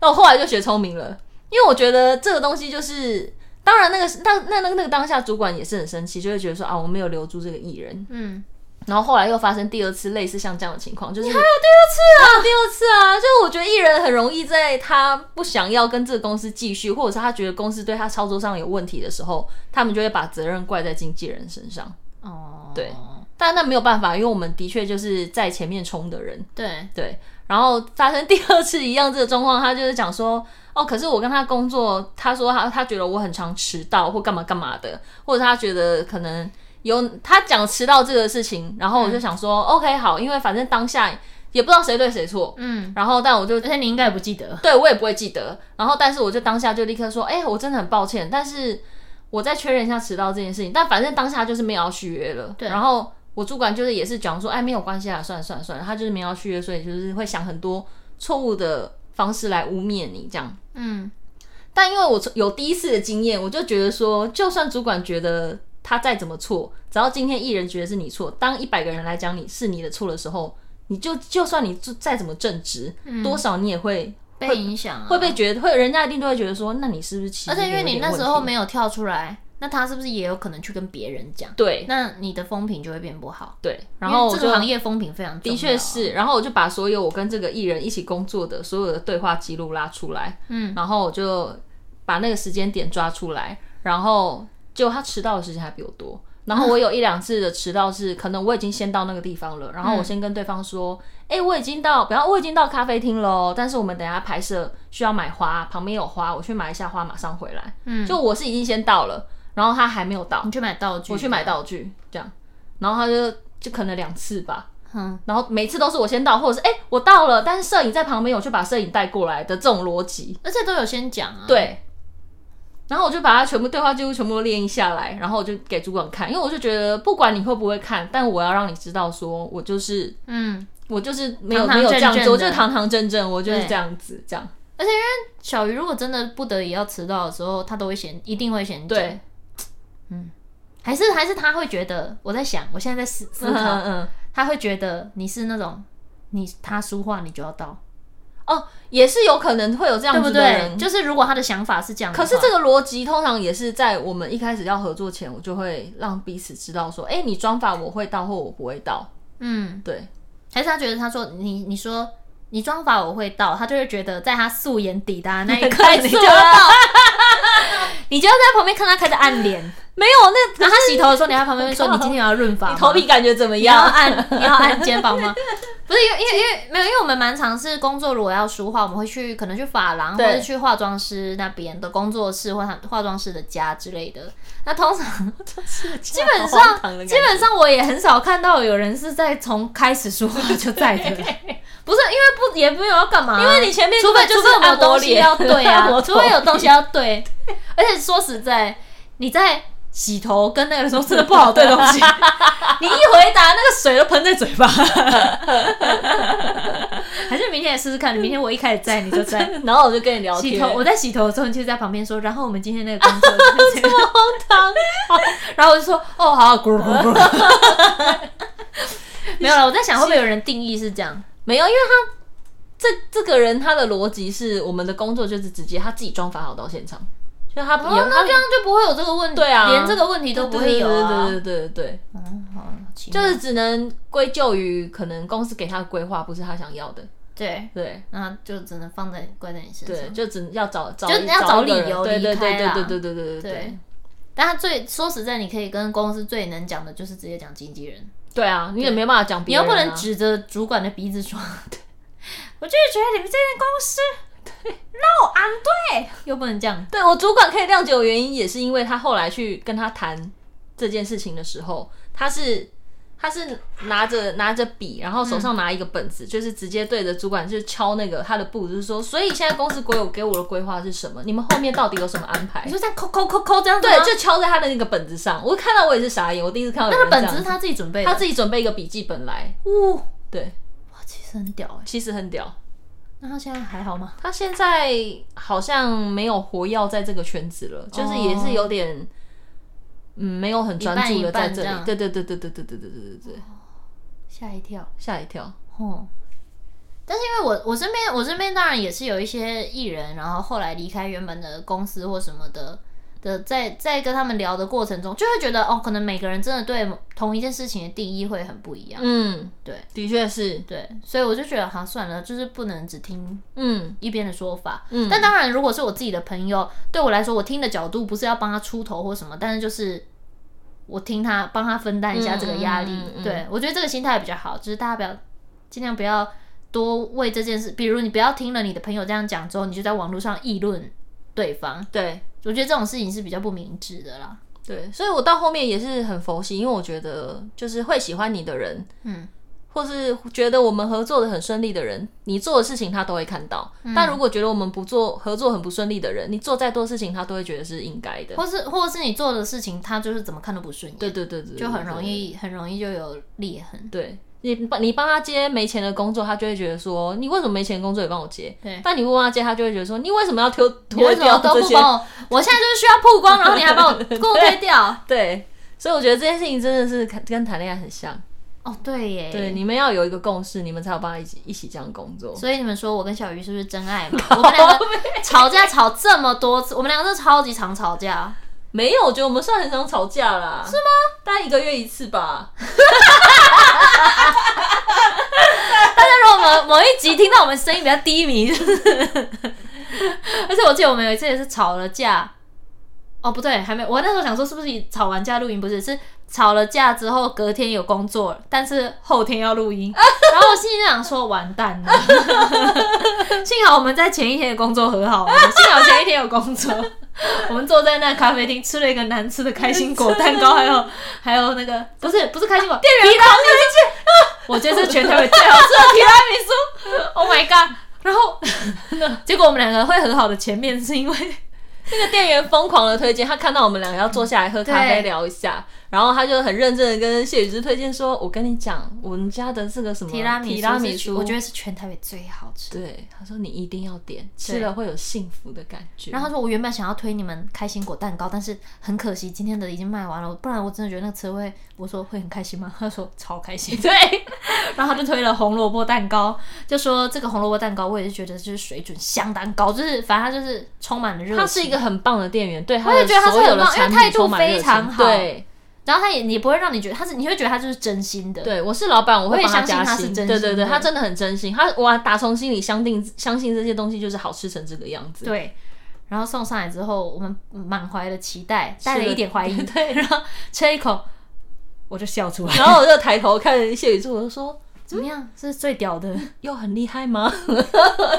[SPEAKER 2] 那我后来就学聪明了，因为我觉得这个东西就是，当然那个当那那那个当下主管也是很生气，就会觉得说啊，我没有留住这个艺人。
[SPEAKER 1] 嗯，
[SPEAKER 2] 然后后来又发生第二次类似像这样的情况，就是你还有第二次啊，第二次啊，就我觉得艺人很容易在他不想要跟这个公司继续，或者是他觉得公司对他操作上有问题的时候，他们就会把责任怪在经纪人身上。
[SPEAKER 1] 哦，
[SPEAKER 2] 对但那没有办法，因为我们的确就是在前面冲的人，
[SPEAKER 1] 对，
[SPEAKER 2] 对。然后发生第二次一样这个状况，他就是讲说，哦，可是我跟他工作，他说他他觉得我很常迟到或干嘛干嘛的，或者他觉得可能有他讲迟到这个事情，然后我就想说、o k 好，因为反正当下也不知道谁对谁错，
[SPEAKER 1] 嗯，
[SPEAKER 2] 然后但我就
[SPEAKER 1] 而且你应该也不记得，
[SPEAKER 2] 对我也不会记得。然后，但是我就当下就立刻说：“哎、我真的很抱歉，但是我再确认一下迟到这件事情。”但反正当下就是没有要续约了。
[SPEAKER 1] 对
[SPEAKER 2] 然后我主管就是也是讲说：“哎，没有关系啊，算了算了算了。”他就是没有要续约，所以就是会想很多错误的方式来污蔑你这样。
[SPEAKER 1] 嗯，
[SPEAKER 2] 但因为我有第一次的经验，我就觉得说，就算主管觉得他再怎么错，只要今天艺人觉得是你错，当一百个人来讲你是你的错的时候，你就就算你再怎么正直，多少你也会
[SPEAKER 1] 被影响啊，
[SPEAKER 2] 会被觉得会，人家一定都会觉得说，那你是不是其实
[SPEAKER 1] 而且因为
[SPEAKER 2] 也有
[SPEAKER 1] 你
[SPEAKER 2] 点
[SPEAKER 1] 那
[SPEAKER 2] 问
[SPEAKER 1] 时候
[SPEAKER 2] 题
[SPEAKER 1] 没有跳出来，那他是不是也有可能去跟别人讲？
[SPEAKER 2] 对
[SPEAKER 1] 那你的风评就会变不好，
[SPEAKER 2] 对，然后
[SPEAKER 1] 因
[SPEAKER 2] 我
[SPEAKER 1] 为
[SPEAKER 2] 就
[SPEAKER 1] 这个行业风评非常重要
[SPEAKER 2] 的
[SPEAKER 1] 啊
[SPEAKER 2] 确，是，然后我就把所有我跟这个艺人一起工作的所有的对话记录拉出来，
[SPEAKER 1] 嗯
[SPEAKER 2] 然后我就把那个时间点抓出来，然后就他迟到的时间还比我多。然后我有一两次的迟到是，可能我已经先到那个地方
[SPEAKER 1] 嗯
[SPEAKER 2] 了，然后我先跟对方说，哎、我已经到，比方我已经到咖啡厅喽，但是我们等一下拍摄需要买花，旁边有花，我去买一下花，马上回来。
[SPEAKER 1] 嗯，
[SPEAKER 2] 就我是已经先到了，然后他还没有到，
[SPEAKER 1] 你去买道具，
[SPEAKER 2] 我去买，道具，这样，然后他就就可能两次吧，
[SPEAKER 1] 嗯，
[SPEAKER 2] 然后每次都是我先到，或者是哎、我到了，但是摄影在旁边，我就把摄影带过来的这种逻辑，
[SPEAKER 1] 而且都有先讲啊，，
[SPEAKER 2] 对。然后我就把他全部对话记录全部都列印下来，然后我就给主管看，因为我就觉得不管你会不会看，但我要让你知道，说我就是
[SPEAKER 1] 嗯。
[SPEAKER 2] 我就是没有
[SPEAKER 1] 堂堂
[SPEAKER 2] 没有这样
[SPEAKER 1] 正
[SPEAKER 2] 子，
[SPEAKER 1] 正
[SPEAKER 2] 我就是
[SPEAKER 1] 的
[SPEAKER 2] 堂堂正正，我就是
[SPEAKER 1] 对
[SPEAKER 2] 这样子，这样
[SPEAKER 1] 小鱼如果真的不得已要迟到的时候，他都会嫌，一定会嫌。
[SPEAKER 2] 对，，
[SPEAKER 1] 还是还是他会觉得，我在想，我现在在思思
[SPEAKER 2] 嗯嗯
[SPEAKER 1] 考，
[SPEAKER 2] 嗯，
[SPEAKER 1] 他会觉得你是那种你他说话你就要到，
[SPEAKER 2] 哦，也是有可能会有这
[SPEAKER 1] 对
[SPEAKER 2] 样
[SPEAKER 1] 不
[SPEAKER 2] 子的人，
[SPEAKER 1] 对？就是如果他的想法是这样的话，
[SPEAKER 2] 可是这个逻辑通常也是在我们一开始要合作前，我就会让彼此知道说，哎、你妆法我会到或我不会到。
[SPEAKER 1] 嗯，
[SPEAKER 2] 对，
[SPEAKER 1] 还是他觉得他说你你说你妆法我会到，他就会觉得在他素颜抵达那 一刻
[SPEAKER 2] 太
[SPEAKER 1] 你
[SPEAKER 2] 素
[SPEAKER 1] 就
[SPEAKER 2] 了
[SPEAKER 1] 要到，你就要在旁边看他开始按脸，
[SPEAKER 2] 没有那
[SPEAKER 1] 然后他洗头的时候你在旁边说你今天有要润发吗，
[SPEAKER 2] 头皮感觉怎 么
[SPEAKER 1] 你要
[SPEAKER 2] 样？
[SPEAKER 1] 按，你要按肩膀吗？不不是因为因为因为没有，因为我们蛮常是工作，如果要梳化，我们会去可能去发廊或
[SPEAKER 2] 对
[SPEAKER 1] 者去化妆师那边的工作室或他化妆师的家之类的。那通常
[SPEAKER 2] 基
[SPEAKER 1] 基本上基本上我也很少看到有人是在从开始梳化就在 的，不是因为不也没有要干嘛啊、
[SPEAKER 2] 因为你前面
[SPEAKER 1] 除非就是
[SPEAKER 2] 是
[SPEAKER 1] 有东西要 对啊，
[SPEAKER 2] 我
[SPEAKER 1] 除非有东西要对。而且说实在，你在洗头跟那个的时候真的不好对东 西，你一回答那个水都喷在嘴 巴。还是明天来试试看，明天我一开始在你就 在。
[SPEAKER 2] 然后我就跟你聊天，
[SPEAKER 1] 洗头，我在洗头的时候，你就在旁边说，然后我们今天那个工作就是 这样，
[SPEAKER 2] 当
[SPEAKER 1] 然后我就说，哦，好，咕噜咕噜咕噜。没有了，我在想会不会有人定义是这样？
[SPEAKER 2] 没有，因为他这这个人他的逻辑是，我们的工作就是直接他自己装法好到现场，就他不
[SPEAKER 1] 哦，
[SPEAKER 2] 有
[SPEAKER 1] 那
[SPEAKER 2] 他
[SPEAKER 1] 这样就不会有这个问题，
[SPEAKER 2] 对啊
[SPEAKER 1] 连这个问题都不会有啊。
[SPEAKER 2] 对对对对对对，
[SPEAKER 1] 嗯，好，就
[SPEAKER 2] 就是只能归咎于可能公司给他的规划不是他想要的，
[SPEAKER 1] 对，
[SPEAKER 2] 对
[SPEAKER 1] 那就只能放在怪在你身
[SPEAKER 2] 对，
[SPEAKER 1] 上。
[SPEAKER 2] 就只要找找
[SPEAKER 1] 就
[SPEAKER 2] 一
[SPEAKER 1] 要找
[SPEAKER 2] 一个
[SPEAKER 1] 理
[SPEAKER 2] 人
[SPEAKER 1] 由
[SPEAKER 2] 对对
[SPEAKER 1] 离
[SPEAKER 2] 对
[SPEAKER 1] 开
[SPEAKER 2] 对
[SPEAKER 1] 啦
[SPEAKER 2] 对对对对对对
[SPEAKER 1] 对但他最说实在，你可以跟公司最能讲的就是直接讲经纪人，
[SPEAKER 2] 对啊，你也没办法讲
[SPEAKER 1] 你
[SPEAKER 2] 别
[SPEAKER 1] 又
[SPEAKER 2] 人啊，
[SPEAKER 1] 不能指着主管的鼻子说， 我就是觉得你们这间公司对 no 俺对，又不能这样。
[SPEAKER 2] 对我主管可以谅解我原因，也是因为他后来去跟他谈这件事情的时候，他是他是拿着拿着笔，然后手上拿一个本子，就是直接对着主管就敲那个他的步，就是说，所以现在公司给我给我的规划是什么？你们后面到底有什么安排
[SPEAKER 1] 你？说这样抠抠抠抠这样子吗，
[SPEAKER 2] 哎对，就敲在他的那个本子上。我看到我也是傻眼，我第一次看到有
[SPEAKER 1] 那个
[SPEAKER 2] 人这
[SPEAKER 1] 本
[SPEAKER 2] 样
[SPEAKER 1] 子是他自己准备的，
[SPEAKER 2] 他自己准备一个笔记本来，
[SPEAKER 1] 呜，
[SPEAKER 2] 对，
[SPEAKER 1] 哇，其实很屌哎。
[SPEAKER 2] 其实很屌。
[SPEAKER 1] 那他现在还好吗？
[SPEAKER 2] 他现在好像没有活跃在这个圈子
[SPEAKER 1] 哦
[SPEAKER 2] 了，就是也是有点，嗯，没有很专注的在
[SPEAKER 1] 一半一半这
[SPEAKER 2] 里。
[SPEAKER 1] 样哦
[SPEAKER 2] 对对对对对对对对对对对，
[SPEAKER 1] 吓一跳。
[SPEAKER 2] 吓一跳。
[SPEAKER 1] 哦，但是因为我我身边我身边当然也是有一些艺人，然后后来离开原本的公司或什么的的，在在跟他们聊的过程中，就会觉得哦，可能每个人真的对某同一件事情的定义会很不一样。
[SPEAKER 2] 嗯，
[SPEAKER 1] 对，
[SPEAKER 2] 的确是，
[SPEAKER 1] 对，所以我就觉得，好、算了，就是不能只听
[SPEAKER 2] 嗯
[SPEAKER 1] 一边的说法。
[SPEAKER 2] 嗯
[SPEAKER 1] 但当然，如果是我自己的朋友，对我来说，我听的角度不是要帮他出头或什么，但是就是我听他帮他分担一下这个压力。
[SPEAKER 2] 嗯嗯嗯嗯
[SPEAKER 1] 对我觉得这个心态比较好，就是大家不要尽量不要多为这件事，比如你不要听了你的朋友这样讲之后，你就在网络上议论对方。
[SPEAKER 2] 对
[SPEAKER 1] 我觉得这种事情是比较不明智的啦。
[SPEAKER 2] 对，所以我到后面也是很佛系，因为我觉得就是会喜欢你的人，
[SPEAKER 1] 嗯，
[SPEAKER 2] 或是觉得我们合作的很顺利的人，你做的事情他都会看到。
[SPEAKER 1] 嗯
[SPEAKER 2] 但如果觉得我们不做合作很不顺利的人，你做再多事情他都会觉得是应该的。
[SPEAKER 1] 或是或是你做的事情，他就是怎么看都不顺眼，
[SPEAKER 2] 对对对对，
[SPEAKER 1] 就很容
[SPEAKER 2] 易。
[SPEAKER 1] 易很容易就有裂痕。
[SPEAKER 2] 对你帮你帮他接没钱的工作，他就会觉得说你为什么没钱的工作也帮我接？
[SPEAKER 1] 对
[SPEAKER 2] 但你不帮他接，他就会觉得说你为什么要推
[SPEAKER 1] 你为
[SPEAKER 2] 推
[SPEAKER 1] 什么
[SPEAKER 2] 掉
[SPEAKER 1] 都
[SPEAKER 2] 这
[SPEAKER 1] 不
[SPEAKER 2] 些？
[SPEAKER 1] 帮我？我现在就是需要曝光，然后你还把我给我推掉。
[SPEAKER 2] 对，所以我觉得这件事情真的是跟跟谈恋爱很像。
[SPEAKER 1] 哦，对耶，
[SPEAKER 2] 对，你们要有一个共识，你们才有办法一起一起这样工作。
[SPEAKER 1] 所以你们说我跟小鱼是不是真爱嘛？我们两个 吵架吵这么多次，我们两个都超级常吵架。
[SPEAKER 2] 没有，我觉得我们算很常吵架啦。是吗？大概一个月一次吧。
[SPEAKER 1] 但是如果某某一集听到我们声音比较低迷，就是 而且我记得我们有一次也是吵了架。哦，不对，还没。我那时候想说，是不是吵完架录音？不是，是吵了架之后隔天有工作，但是后天要录 音。然后我心里就想说，完蛋了。 幸好我们在前一天的工作和好了，啊幸好前一天有工作。 我们坐在那咖啡厅吃了一个难吃的开心果蛋糕，还 有还有那个不是不是开心果，店员狂推荐， 我觉得是全台北最好吃的提拉米苏。Oh my god！然后结果我们两个会很好的前面是因为
[SPEAKER 2] 那个店员疯狂的推荐，他看到我们两个要坐下来喝咖
[SPEAKER 1] 对
[SPEAKER 2] 啡聊一下，然后他就很认真的跟谢雨之推荐说：“我跟你讲，我们家的这个什么
[SPEAKER 1] 提拉米苏是，
[SPEAKER 2] 提拉米苏
[SPEAKER 1] 我觉得是全台北最好吃的。
[SPEAKER 2] 对，他说你一定要点，吃了会有幸福的感觉。
[SPEAKER 1] 然后他说，我原本想要推你们开心果蛋糕，但是很可惜今天的已经卖完了，不然我真的觉得那个车位，我说会很开心吗？ 他说超开 心。
[SPEAKER 2] 对，
[SPEAKER 1] 然后他就推了红萝卜蛋糕，就说这个红萝卜蛋糕我也是觉得就是水准相当高，就是反正他就是充满了热情。
[SPEAKER 2] 他是一个很棒的店员，对他
[SPEAKER 1] 我也
[SPEAKER 2] 的
[SPEAKER 1] 觉得他是
[SPEAKER 2] 所有
[SPEAKER 1] 很
[SPEAKER 2] 的
[SPEAKER 1] 棒因为
[SPEAKER 2] 产
[SPEAKER 1] 态
[SPEAKER 2] 品
[SPEAKER 1] 度
[SPEAKER 2] 充满热
[SPEAKER 1] 非常
[SPEAKER 2] 情
[SPEAKER 1] 好
[SPEAKER 2] 对
[SPEAKER 1] 然后他也也不会让你觉得他是，你会觉得他就是真心的。
[SPEAKER 2] 对，我是老板，我
[SPEAKER 1] 我
[SPEAKER 2] 会
[SPEAKER 1] 也
[SPEAKER 2] 帮他
[SPEAKER 1] 相信
[SPEAKER 2] 加
[SPEAKER 1] 他是
[SPEAKER 2] 薪。
[SPEAKER 1] 真
[SPEAKER 2] 对
[SPEAKER 1] 心
[SPEAKER 2] 对对，
[SPEAKER 1] 的
[SPEAKER 2] 他真的很真心，他我打从心里相定相信这些东西就是好吃成这个样子。
[SPEAKER 1] 对然后送上来之后，我们满怀了期待，
[SPEAKER 2] 吃了
[SPEAKER 1] 带了一点怀疑，
[SPEAKER 2] 对
[SPEAKER 1] 然后吃一口，我就笑出来。
[SPEAKER 2] 然后我就抬头看谢雨之，我就说。
[SPEAKER 1] 怎么样？这是最屌的。
[SPEAKER 2] 又很厉 害吗？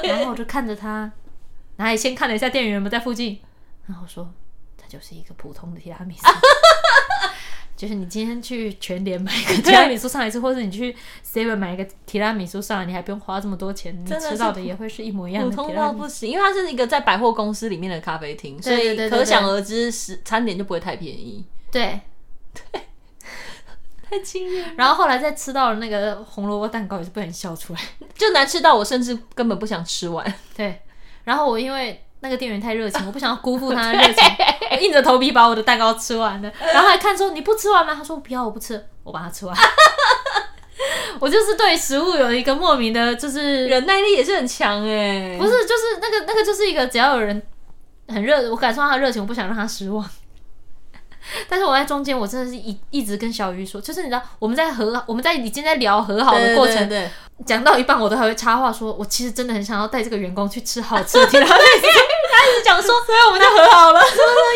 [SPEAKER 1] 然后我就看着他，然后也先看了一下店员有没有在附近，然后我说他就是一个普通的提拉米苏， 就是你今天去全联买一个提拉米苏上来吃，或者你去 Seven 买一个提拉米苏上来，你还不用花这么多钱，你
[SPEAKER 2] 真的是
[SPEAKER 1] 吃到的也会是一模一样
[SPEAKER 2] 普
[SPEAKER 1] 的提
[SPEAKER 2] 通
[SPEAKER 1] 拉
[SPEAKER 2] 到
[SPEAKER 1] 米
[SPEAKER 2] 不
[SPEAKER 1] 苏。
[SPEAKER 2] 行，因为它是一个在百货公司里面的咖啡厅，所
[SPEAKER 1] 对
[SPEAKER 2] 以
[SPEAKER 1] 对对
[SPEAKER 2] 可想而知，食餐点就不会太便宜。
[SPEAKER 1] 对，
[SPEAKER 2] 太惊人，
[SPEAKER 1] 然后后来再吃到了那个红萝卜蛋糕，也是不能笑出来。
[SPEAKER 2] 就难吃到我甚至根本不想吃完。
[SPEAKER 1] 对，然后我因为那个店员太热情，我 不想要辜负他的热情，我硬着头皮把我的蛋糕吃完了。然后还看说你不吃完吗？他说不要，我不吃，我把它吃完。 我就是对食物有一个莫名的，就是
[SPEAKER 2] 忍耐力也是很强哎、
[SPEAKER 1] 不是就是那个那个就是一个只要有人很热，我感受到他的热情，我不想让他失望。但是我在中间，我真的是一一直跟小鱼说，就是你知道我们在和我们在已经在聊和好的
[SPEAKER 2] 对
[SPEAKER 1] 过程，
[SPEAKER 2] 对对
[SPEAKER 1] 讲到一半，我都还会插话说，我其实真的很想要带这个员工去吃好吃的提拉米苏。他一直讲说，所以我们就和好了。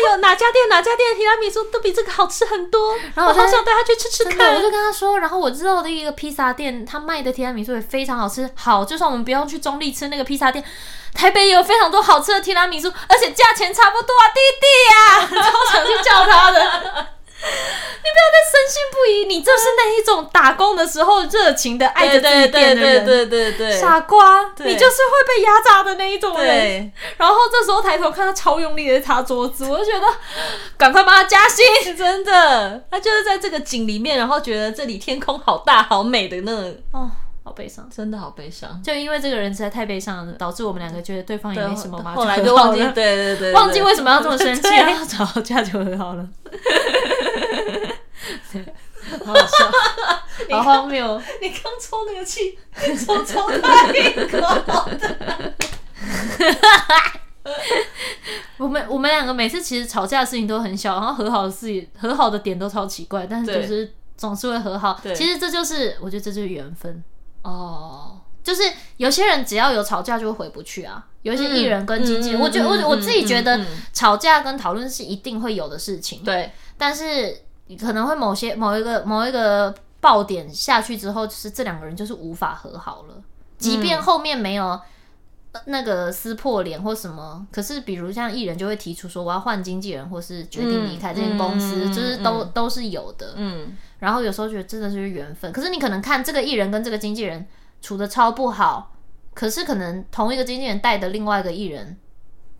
[SPEAKER 2] 有哪家店哪家店提拉米苏都比这个好吃很多，
[SPEAKER 1] 然后
[SPEAKER 2] 然
[SPEAKER 1] 我
[SPEAKER 2] 后我
[SPEAKER 1] 就
[SPEAKER 2] 好想带他去吃吃
[SPEAKER 1] 真的，我
[SPEAKER 2] 看。
[SPEAKER 1] 就跟他说，然后我知道的一个披萨店，他卖的提拉米苏也非常好吃。好，就算我们不用去中立吃那个披萨店，台北也有非常多好吃的提拉米苏，而且价钱差不多啊， 弟弟呀、啊，超想去叫他的。你不要再深信不疑，你这是那一种打工的时候热情的爱着
[SPEAKER 2] 哎对
[SPEAKER 1] 自己
[SPEAKER 2] 对
[SPEAKER 1] 店
[SPEAKER 2] 对
[SPEAKER 1] 的人。
[SPEAKER 2] 对对对对，
[SPEAKER 1] 傻瓜，
[SPEAKER 2] 对
[SPEAKER 1] 你就是会被压榨的那一种人。
[SPEAKER 2] 对，
[SPEAKER 1] 然后这时候抬头看他超用力的擦桌子，我就觉得赶快帮他加薪。
[SPEAKER 2] 真的，他就是在这个景里面，然后觉得这里天空好大好美的那种，
[SPEAKER 1] 哦，好悲伤。
[SPEAKER 2] 真的好悲伤。
[SPEAKER 1] 就因为这个人实在太悲伤了，导致我们两个觉得对
[SPEAKER 2] 哎
[SPEAKER 1] 方也没什么嘛，
[SPEAKER 2] 后来
[SPEAKER 1] 就
[SPEAKER 2] 就
[SPEAKER 1] 和好
[SPEAKER 2] 忘记，对
[SPEAKER 1] 了
[SPEAKER 2] 对对对，
[SPEAKER 1] 忘记为什么要这么生气，
[SPEAKER 2] 对啊
[SPEAKER 1] 然后吵架就和好了。对好好笑，好荒谬！
[SPEAKER 2] 你刚抽那个气，抽抽太 高的，
[SPEAKER 1] 我们我们两个每次其实吵架的事情都很小，然后和好的事情和好的点都超奇怪，但是
[SPEAKER 2] 对
[SPEAKER 1] 就是总是会和好。
[SPEAKER 2] 对
[SPEAKER 1] 其实这就是我觉得这就是缘分。
[SPEAKER 2] 哦，
[SPEAKER 1] 就是有些人只要有吵架就会回不去啊，有一些艺人跟经纪人，
[SPEAKER 2] 嗯嗯
[SPEAKER 1] 我觉得我
[SPEAKER 2] 嗯
[SPEAKER 1] 我自己
[SPEAKER 2] 嗯
[SPEAKER 1] 觉得
[SPEAKER 2] 嗯嗯
[SPEAKER 1] 吵架跟讨论是一定会有的事情，
[SPEAKER 2] 对，
[SPEAKER 1] 但是可能会某些某一个某一个爆点下去之后，就是这两个人就是无法和好了，即
[SPEAKER 2] 嗯
[SPEAKER 1] 便后面没有。呃那个撕破脸或什么，可是比如像艺人就会提出说我要换经纪人，或是决定离开这间公司，
[SPEAKER 2] 嗯嗯
[SPEAKER 1] 就是都、都是有的。
[SPEAKER 2] 嗯，
[SPEAKER 1] 然后有时候觉得真的就是缘分。可是你可能看这个艺人跟这个经纪人处的超不好，可是可能同一个经纪人带的另外一个艺人，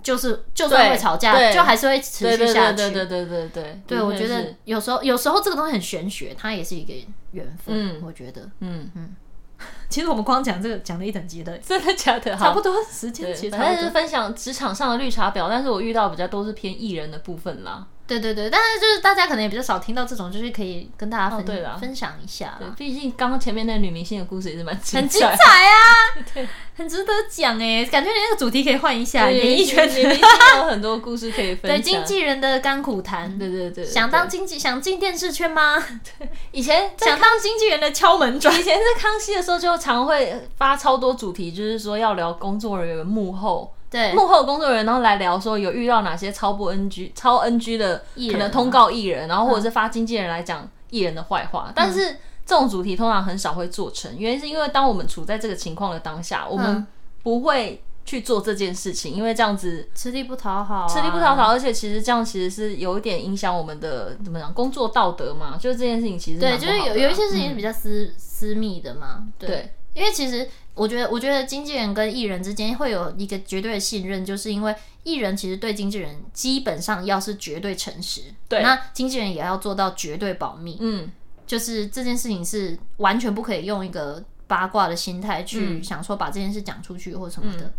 [SPEAKER 1] 就是就算
[SPEAKER 2] 对
[SPEAKER 1] 会吵架，
[SPEAKER 2] 对
[SPEAKER 1] 就还是会持
[SPEAKER 2] 对
[SPEAKER 1] 续
[SPEAKER 2] 对
[SPEAKER 1] 下
[SPEAKER 2] 对
[SPEAKER 1] 去。
[SPEAKER 2] 对对对对对，
[SPEAKER 1] 对，
[SPEAKER 2] 的
[SPEAKER 1] 我
[SPEAKER 2] 确
[SPEAKER 1] 觉得
[SPEAKER 2] 是，
[SPEAKER 1] 有时候有时候这个东西很玄学，它也是一个缘分。
[SPEAKER 2] 嗯
[SPEAKER 1] 我觉得。
[SPEAKER 2] 嗯，
[SPEAKER 1] 其实我们光讲这个讲了一整集的，
[SPEAKER 2] 真的假的？
[SPEAKER 1] 差
[SPEAKER 2] 好
[SPEAKER 1] 不。多时间
[SPEAKER 2] 对
[SPEAKER 1] 其实差
[SPEAKER 2] 反正
[SPEAKER 1] 不
[SPEAKER 2] 就是
[SPEAKER 1] 多。
[SPEAKER 2] 分享职场上的绿茶婊，但是我遇到比较多是偏艺人的部分啦。
[SPEAKER 1] 对对对，但是就是大家可能也比较少听到这种，就是可以跟大家分、
[SPEAKER 2] 哦对啦
[SPEAKER 1] 分享一下
[SPEAKER 2] 对
[SPEAKER 1] 啦，
[SPEAKER 2] 毕竟刚刚前面那个女明星的故事也是蛮
[SPEAKER 1] 嗯很
[SPEAKER 2] 精
[SPEAKER 1] 精
[SPEAKER 2] 彩
[SPEAKER 1] 彩
[SPEAKER 2] 的。
[SPEAKER 1] 啊，很值得讲哎，感觉你那个主题可以换一下，
[SPEAKER 2] 对
[SPEAKER 1] 演艺圈
[SPEAKER 2] 女明星 有很多故事可以分
[SPEAKER 1] 对
[SPEAKER 2] 享。
[SPEAKER 1] 经纪人的甘苦谈，
[SPEAKER 2] 对对对，
[SPEAKER 1] 想当
[SPEAKER 2] 对
[SPEAKER 1] 经纪想进电视圈吗？
[SPEAKER 2] 以前在
[SPEAKER 1] 想当经纪人的敲门砖，
[SPEAKER 2] 以前在康熙的时候，就常会发超多主题，就是说要聊工作人员幕后。
[SPEAKER 1] 对
[SPEAKER 2] 幕后工作人员，然后来聊说有遇到哪些超不 NG、超 NG 的，
[SPEAKER 1] 艺人啊
[SPEAKER 2] 可能通告艺人，然啊后或者是发经纪人来讲艺人的坏
[SPEAKER 1] 嗯
[SPEAKER 2] 话。但是这种主题通常很少会做成，原因是因为当我们处在这个情况的当下，我们
[SPEAKER 1] 嗯
[SPEAKER 2] 不会去做这件事情，因为这样子
[SPEAKER 1] 吃力不讨好啊，
[SPEAKER 2] 吃力不讨好，而且其实这样其实是有一点影响我们的怎么讲工作道德嘛，就是这件事情其实
[SPEAKER 1] 对，
[SPEAKER 2] 蛮不
[SPEAKER 1] 就
[SPEAKER 2] 好
[SPEAKER 1] 是
[SPEAKER 2] 的啊
[SPEAKER 1] 有有一些事情是比较私、私密的嘛，对，
[SPEAKER 2] 对
[SPEAKER 1] 因为其实我觉得，我觉得经纪人跟艺人之间会有一个绝对的信任，就是因为艺人其实对经纪人基本上要是绝对诚实，
[SPEAKER 2] 对
[SPEAKER 1] 那经纪人也要做到绝对保密，
[SPEAKER 2] 嗯
[SPEAKER 1] 就是这件事情是完全不可以用一个八卦的心态
[SPEAKER 2] 嗯
[SPEAKER 1] 去想说把这件事讲出去或什么的。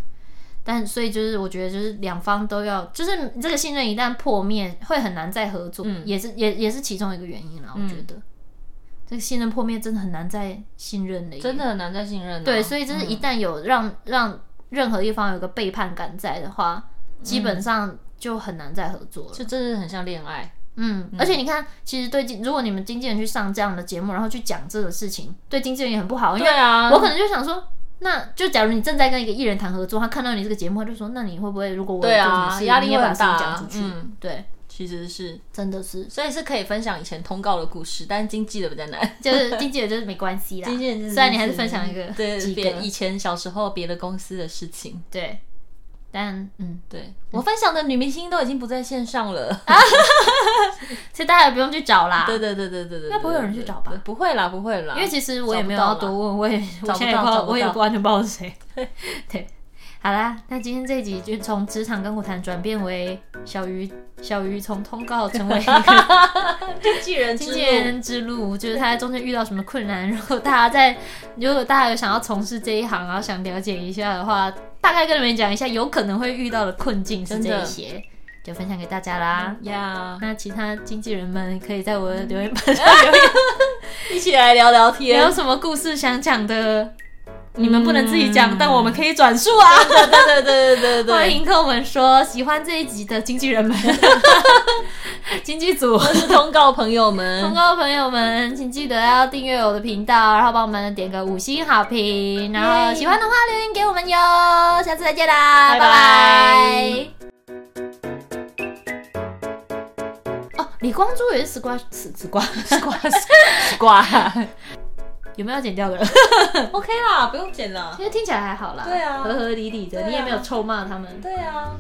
[SPEAKER 1] 但所以就是，我觉得就是两方都要，就是这个信任一旦破灭，会很难再合作，
[SPEAKER 2] 嗯
[SPEAKER 1] 也是也也是其中一个原因啦。我觉得、这个信任破灭真的很难再信任了耶，
[SPEAKER 2] 真的很难再信任、
[SPEAKER 1] 嗯
[SPEAKER 2] 啊。
[SPEAKER 1] 对，所以就是一旦有让、让任何一方有个背叛感在的话，基本上就很难再合作了。
[SPEAKER 2] 就真的很像恋爱。
[SPEAKER 1] 嗯，而且你看，其实对经，如果你们经纪人去上这样的节目，然后去讲这个事情，对经纪人也很不好，因
[SPEAKER 2] 对
[SPEAKER 1] 为
[SPEAKER 2] 啊，
[SPEAKER 1] 我可能就想说，那就假如你正在跟一个艺人谈合作，他看到你这个节目，他就说，那你会不会如果我有
[SPEAKER 2] 对
[SPEAKER 1] 做什
[SPEAKER 2] 啊
[SPEAKER 1] 么事，
[SPEAKER 2] 压力
[SPEAKER 1] 你也
[SPEAKER 2] 会
[SPEAKER 1] 把
[SPEAKER 2] 很
[SPEAKER 1] 事情
[SPEAKER 2] 大
[SPEAKER 1] 讲
[SPEAKER 2] 啊
[SPEAKER 1] 出去？
[SPEAKER 2] 嗯
[SPEAKER 1] 对，
[SPEAKER 2] 其实是，
[SPEAKER 1] 真的 是，
[SPEAKER 2] 所以是可以分享以前通告的故事，但是经纪的比较难。
[SPEAKER 1] 就是经纪人就是没关系啦。
[SPEAKER 2] 经纪人就是
[SPEAKER 1] 虽然你还是分享一个
[SPEAKER 2] 对
[SPEAKER 1] 几
[SPEAKER 2] 别
[SPEAKER 1] 个
[SPEAKER 2] 以前小时候别的公司的事情。
[SPEAKER 1] 对，但嗯，
[SPEAKER 2] 对我分享的女明星都已经不在线上了，
[SPEAKER 1] 啊所以大家也不用去找啦。
[SPEAKER 2] 对对对对对对，
[SPEAKER 1] 该不会有人去找吧
[SPEAKER 2] 对不会啦，不会啦，
[SPEAKER 1] 因为其实我也没有
[SPEAKER 2] 啊找
[SPEAKER 1] 要
[SPEAKER 2] 不到
[SPEAKER 1] 多
[SPEAKER 2] 啦
[SPEAKER 1] 问，我也我
[SPEAKER 2] 找不到
[SPEAKER 1] 现在也不知道，
[SPEAKER 2] 找不到
[SPEAKER 1] 我也不完全不知道是谁。对，好啦，那今天这一集就从职场跟舞谈转变为小鱼，小鱼从通告成为一 个
[SPEAKER 2] 经纪人之
[SPEAKER 1] 经
[SPEAKER 2] 路，
[SPEAKER 1] 纪人之路，就是他在中间遇到什么困难。如果大家在，如果大家有想要从事这一行，然后想了解一下的话，大概跟你们讲一下，有可能会遇到的困境是
[SPEAKER 2] 真
[SPEAKER 1] 这
[SPEAKER 2] 的嗯
[SPEAKER 1] 一些，就分享给大家啦。
[SPEAKER 2] 呀
[SPEAKER 1] 那其他经纪人们可以在我的留言板上
[SPEAKER 2] 一起来聊聊
[SPEAKER 1] 也
[SPEAKER 2] 天
[SPEAKER 1] 有。嗯什么故事想讲的，你们不能自己
[SPEAKER 2] 嗯
[SPEAKER 1] 讲，但我们可以转述啊。
[SPEAKER 2] 对对对对对对
[SPEAKER 1] 欢
[SPEAKER 2] 对，
[SPEAKER 1] 迎跟我们说喜欢这一集的经纪人 们、经纪组、
[SPEAKER 2] 都是通告朋友
[SPEAKER 1] 通
[SPEAKER 2] 们，
[SPEAKER 1] 告朋友们，请记得要订阅我的频道，然后帮我们点个五星好评，然后
[SPEAKER 2] Yay
[SPEAKER 1] 喜欢的话留言给我们哟。下次再见啦，
[SPEAKER 2] 拜
[SPEAKER 1] 拜拜
[SPEAKER 2] 拜。
[SPEAKER 1] 哦，李光洙 也是丝瓜，丝丝瓜，
[SPEAKER 2] 瓜 瓜
[SPEAKER 1] 有没有要剪掉 的？
[SPEAKER 2] ，OK 啦，不用剪了。
[SPEAKER 1] 其实听起来还好啦，
[SPEAKER 2] 对啊
[SPEAKER 1] 和和理理的，
[SPEAKER 2] 对啊
[SPEAKER 1] 你也没有臭骂他们。
[SPEAKER 2] 对啊。